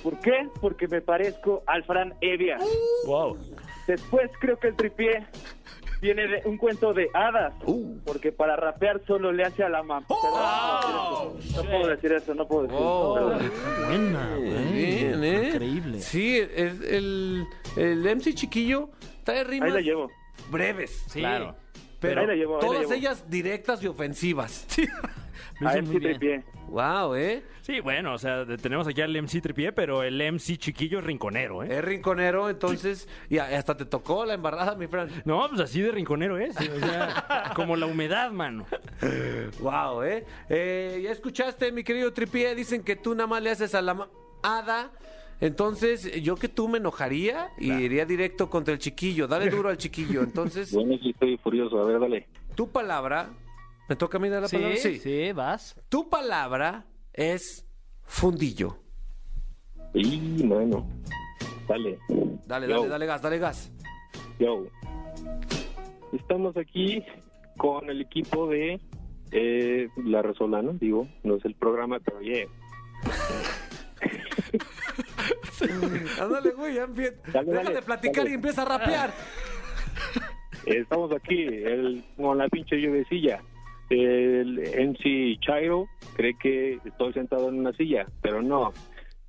[SPEAKER 12] ¿Por qué? Porque me parezco al Fran Evia.
[SPEAKER 3] Wow.
[SPEAKER 12] Después creo que el tripié viene de un cuento de hadas. Porque para rapear solo le hace a la mamá. No puedo decir eso, no puedo decir eso. perdón.
[SPEAKER 4] Buena,
[SPEAKER 2] Bien, ¿eh?
[SPEAKER 4] Increíble.
[SPEAKER 2] Sí, el, el, el MC Chiquillo trae rimas.
[SPEAKER 12] Ahí la llevo.
[SPEAKER 2] Breves.
[SPEAKER 4] Sí. Claro.
[SPEAKER 2] Pero
[SPEAKER 12] Ahí la llevo, ahí la
[SPEAKER 2] todas
[SPEAKER 12] llevo.
[SPEAKER 2] ellas directas y ofensivas.
[SPEAKER 12] A ver si tripié.
[SPEAKER 2] Wow, ¿eh?
[SPEAKER 3] Sí, bueno, o sea, de- tenemos aquí al MC Tripié, pero el MC Chiquillo es rinconero, ¿eh?
[SPEAKER 2] Es rinconero, entonces, y a- hasta te tocó la embarrada, mi Fran.
[SPEAKER 3] No, pues así de rinconero es. O sea, como la humedad, mano.
[SPEAKER 2] Wow, ¿eh? Eh, Ya escuchaste, mi querido Tripié, dicen que tú nada más le haces a la ma- hada. Entonces, yo que tú me enojaría y iría directo contra el chiquillo. Dale duro al chiquillo. Entonces,
[SPEAKER 13] Bueno, sí estoy furioso. A ver, dale.
[SPEAKER 2] tu palabra. ¿Me toca a mí dar la
[SPEAKER 4] Sí,
[SPEAKER 2] palabra?
[SPEAKER 4] sí, vas.
[SPEAKER 2] Tu palabra es fundillo.
[SPEAKER 13] Y, mano. Dale.
[SPEAKER 2] Dale,
[SPEAKER 13] Yo.
[SPEAKER 2] dale, dale gas, dale gas.
[SPEAKER 13] Yo. Estamos aquí con el equipo de eh, La Resolana, digo, no es el programa, pero oye,
[SPEAKER 2] Ándale, güey, ya empie-
[SPEAKER 13] Dale,
[SPEAKER 2] Deja
[SPEAKER 13] dale,
[SPEAKER 2] de platicar
[SPEAKER 13] dale.
[SPEAKER 2] y empieza a rapear.
[SPEAKER 13] Ah, estamos aquí el- con la pinche lluviecilla. El MC Chairo cree que estoy sentado en una silla, pero no,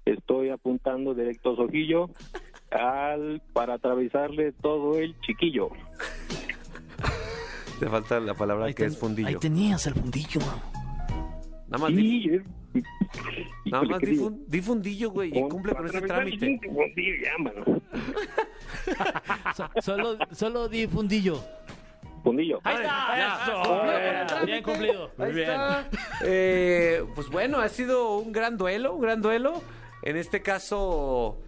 [SPEAKER 13] estoy apuntando directo a su ojillo al, para atravesarle todo el chiquillo.
[SPEAKER 2] Te falta la palabra que es fundillo.
[SPEAKER 4] Ahí tenías el fundillo.
[SPEAKER 2] Nada más, di,
[SPEAKER 13] Y,
[SPEAKER 2] nada más
[SPEAKER 13] ¿qué
[SPEAKER 2] di
[SPEAKER 13] digo?
[SPEAKER 2] fun- di fundillo, güey, y cumple con ese trámite.
[SPEAKER 13] Ya, mano.
[SPEAKER 4] So- solo, solo di fundillo.
[SPEAKER 13] Fundillo.
[SPEAKER 4] Ahí está. Eso. Bien cumplido.
[SPEAKER 2] Ahí
[SPEAKER 4] Muy bien.
[SPEAKER 2] está. Eh, pues bueno, ha sido un gran duelo, un gran duelo. En este caso,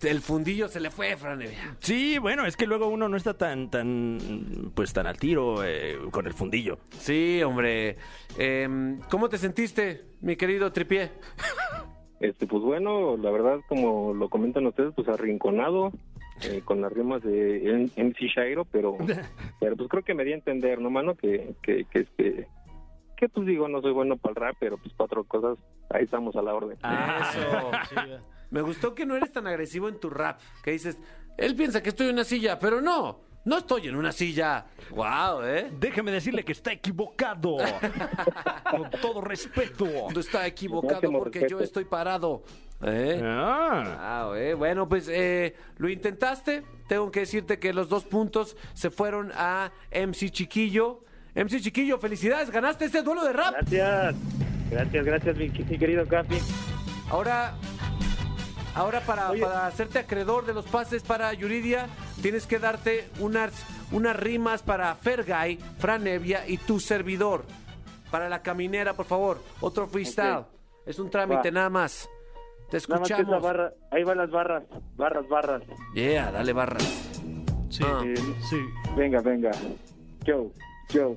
[SPEAKER 2] el fundillo se le fue, Fran. Evia.
[SPEAKER 3] Sí, bueno, es que luego uno no está tan, tan, pues tan al tiro eh, con el fundillo.
[SPEAKER 2] Sí, hombre. Em, ¿Cómo te sentiste, mi querido Tripié?
[SPEAKER 13] Este, pues bueno, la verdad, como lo comentan ustedes, pues arrinconado. eh, con las rimas de MC Shairo, pero, pero pues creo que me di a entender, ¿no, mano? Que, que, que este, que pues digo, no soy bueno para el rap, pero pues cuatro cosas, ahí estamos a la orden.
[SPEAKER 2] Ah, Eso. Me gustó que no eres tan agresivo en tu rap, que dices, él piensa que estoy en una silla, pero no, no estoy en una silla. Wow, ¿eh?
[SPEAKER 3] Déjeme decirle que está equivocado. Con todo respeto.
[SPEAKER 2] No está equivocado
[SPEAKER 3] Máximo
[SPEAKER 2] porque yo
[SPEAKER 12] pues.
[SPEAKER 3] respeto.
[SPEAKER 2] estoy parado. ¿Eh? Ah, eh, Bueno, pues eh, lo intentaste. Tengo que decirte que los dos puntos se fueron a MC Chiquillo. MC Chiquillo, felicidades, ganaste este duelo de rap.
[SPEAKER 12] Gracias. Gracias, gracias, mi, mi querido Capi.
[SPEAKER 2] Ahora, ahora para, para hacerte acreedor de los pases para Yuridia, tienes que darte unas, unas rimas para Fergay, Fran Evia y tu servidor. Para la caminera, por favor, otro freestyle. Es un trámite
[SPEAKER 12] Va.
[SPEAKER 2] nada más. Te
[SPEAKER 12] Nada más que esa
[SPEAKER 2] escuchamos.
[SPEAKER 12] barra, ahí van las barras, barras, barras.
[SPEAKER 2] Yeah, dale barras.
[SPEAKER 12] Sí,
[SPEAKER 13] Ah.
[SPEAKER 12] sí. Venga, venga. Yo, yo.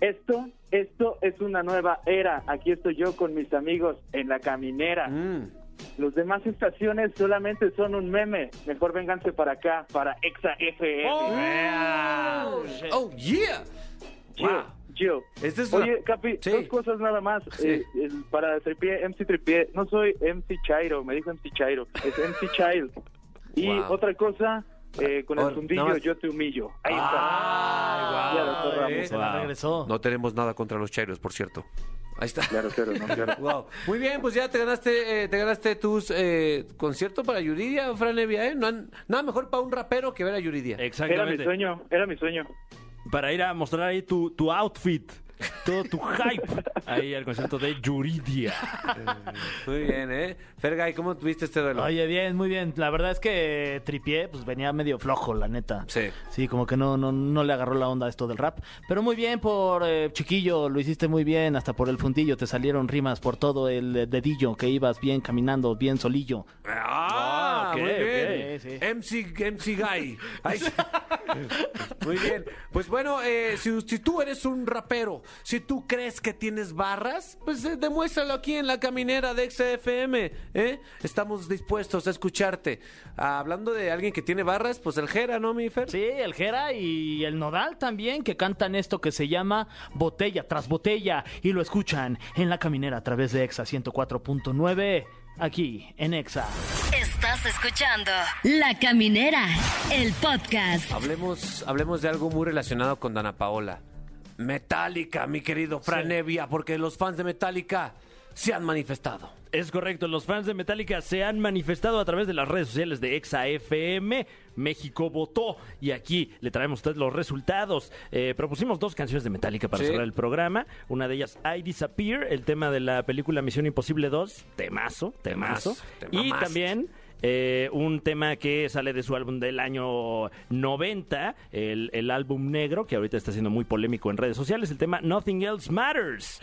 [SPEAKER 12] Esto, esto es una nueva era. Aquí estoy yo con mis amigos en la caminera.
[SPEAKER 2] Mm.
[SPEAKER 12] Los demás estaciones solamente son un meme. Mejor vénganse para acá, para Exa FM.
[SPEAKER 2] Oh, yeah.
[SPEAKER 12] Yo,
[SPEAKER 2] Wow.
[SPEAKER 12] yo.
[SPEAKER 2] Este es
[SPEAKER 12] Oye,
[SPEAKER 2] una-
[SPEAKER 12] Capi,
[SPEAKER 2] Sí.
[SPEAKER 12] dos cosas nada más.
[SPEAKER 2] Sí.
[SPEAKER 12] Eh, el- para Tripié, MC Tripié, no soy MC Chairo, me dijo MC Chairo, es MC Child. Y
[SPEAKER 2] Wow.
[SPEAKER 12] otra cosa, eh, con
[SPEAKER 2] Ahora,
[SPEAKER 12] el fundillo
[SPEAKER 2] nada más. Ah,
[SPEAKER 12] yo te humillo. Ahí
[SPEAKER 2] Ay,
[SPEAKER 12] Ya, doctor Ramos.
[SPEAKER 2] eh.
[SPEAKER 12] Se la regresó.
[SPEAKER 2] No tenemos nada contra los chairos, por cierto. Ahí está.
[SPEAKER 12] Claro, claro, no, claro.
[SPEAKER 2] Wow. Muy bien, pues ya te ganaste, eh, te ganaste tus eh, concierto para Yuridia, Fran Evia, ¿eh? No han- nada mejor para un rapero que ver a Yuridia.
[SPEAKER 12] está. Era mi sueño, era mi sueño.
[SPEAKER 3] Para ir a mostrar ahí tu, tu outfit, todo tu hype. Ahí al concierto de Yuridia.
[SPEAKER 2] Muy bien, ¿eh? Fergay, ¿cómo tuviste este duelo?
[SPEAKER 4] Oye, bien, muy bien. La verdad es que Tripié pues venía medio flojo, la neta.
[SPEAKER 2] Sí.
[SPEAKER 4] Sí, como que no, no, no le agarró la onda a esto del rap. Pero muy bien por eh, Chiquillo, lo hiciste muy bien, hasta por el fundillo, te salieron rimas por todo el eh, dedillo que ibas bien caminando, bien solillo.
[SPEAKER 2] Ah,
[SPEAKER 4] ok,
[SPEAKER 2] muy bien.
[SPEAKER 4] ok. Sí,
[SPEAKER 2] MC, MC Guy. Ahí sí. muy bien. Pues bueno, eh, si, si tú eres un rapero, si tú crees que tienes barras, pues eh, demuéstralo aquí en la caminera de XFM. ¿eh? Estamos dispuestos a escucharte. Ah, hablando de alguien que tiene barras, pues el Jera, ¿no, mi Fer?
[SPEAKER 4] Sí, el Jera y el Nodal también, que cantan esto que se llama Botella tras Botella y lo escuchan en la caminera a través de EXA 104.9, aquí en EXA.
[SPEAKER 5] Estás escuchando La Caminera, el podcast.
[SPEAKER 2] Hablemos, hablemos de algo muy relacionado con Dana Paola. Metallica, mi querido Fran Evia, porque los fans de Metallica se han manifestado.
[SPEAKER 3] Es correcto, los fans de Metallica se han manifestado a través de las redes sociales de Exa FM. México votó y aquí le traemos a ustedes los resultados. Eh, propusimos dos canciones de Metallica para
[SPEAKER 2] Sí.
[SPEAKER 3] cerrar el programa. Una de ellas, I Disappear, el tema de la película Misión Imposible 2. Temazo, temazo.
[SPEAKER 2] Te
[SPEAKER 3] y
[SPEAKER 2] mamaste.
[SPEAKER 3] también eh, un tema que sale de su álbum del año 90, el, el álbum negro, que ahorita está siendo muy polémico en redes sociales, el tema Nothing Else Matters.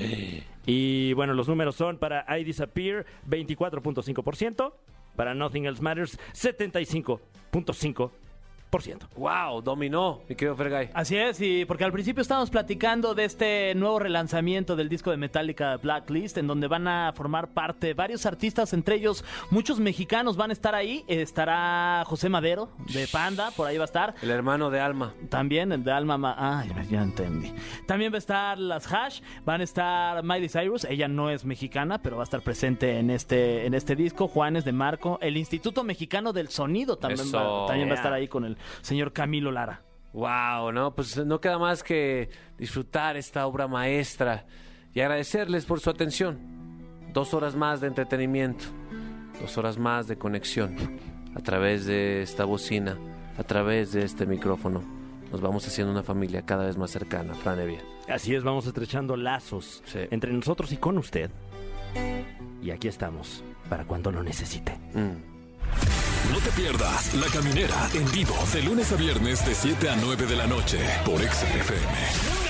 [SPEAKER 3] Y bueno, los números son para I Disappear 24.5%, para Nothing Else Matters 75.5%.
[SPEAKER 2] ¡Wow! Dominó, mi querido Fergay.
[SPEAKER 4] Así es, y porque al principio estábamos platicando de este nuevo relanzamiento del disco de Metallica Blacklist, en donde van a formar parte varios artistas, entre ellos muchos mexicanos van a estar ahí. Estará José Madero de Panda, por ahí va a estar.
[SPEAKER 2] El hermano de Alma.
[SPEAKER 4] También el de Alma. Ma- Ay, ya entendí. También va a estar las Hash, van a estar Miley Cyrus, ella no es mexicana, pero va a estar presente en este, en este disco. Juanes de Marco, el Instituto Mexicano del Sonido también,
[SPEAKER 2] Eso.
[SPEAKER 4] va, también va a
[SPEAKER 2] Yeah.
[SPEAKER 4] estar ahí con el señor Camilo Lara.
[SPEAKER 2] Wow, no, pues no queda más que disfrutar esta obra maestra y agradecerles por su atención. Dos horas más de entretenimiento, dos horas más de conexión a través de esta bocina, a través de este micrófono. Nos vamos haciendo una familia cada vez más cercana, Fran Evia.
[SPEAKER 3] Así es, vamos estrechando lazos entre nosotros y con usted. Y aquí estamos, para cuando lo necesite.
[SPEAKER 1] No te pierdas La Caminera en vivo de lunes a viernes de 7 a 9 de la noche por XFM.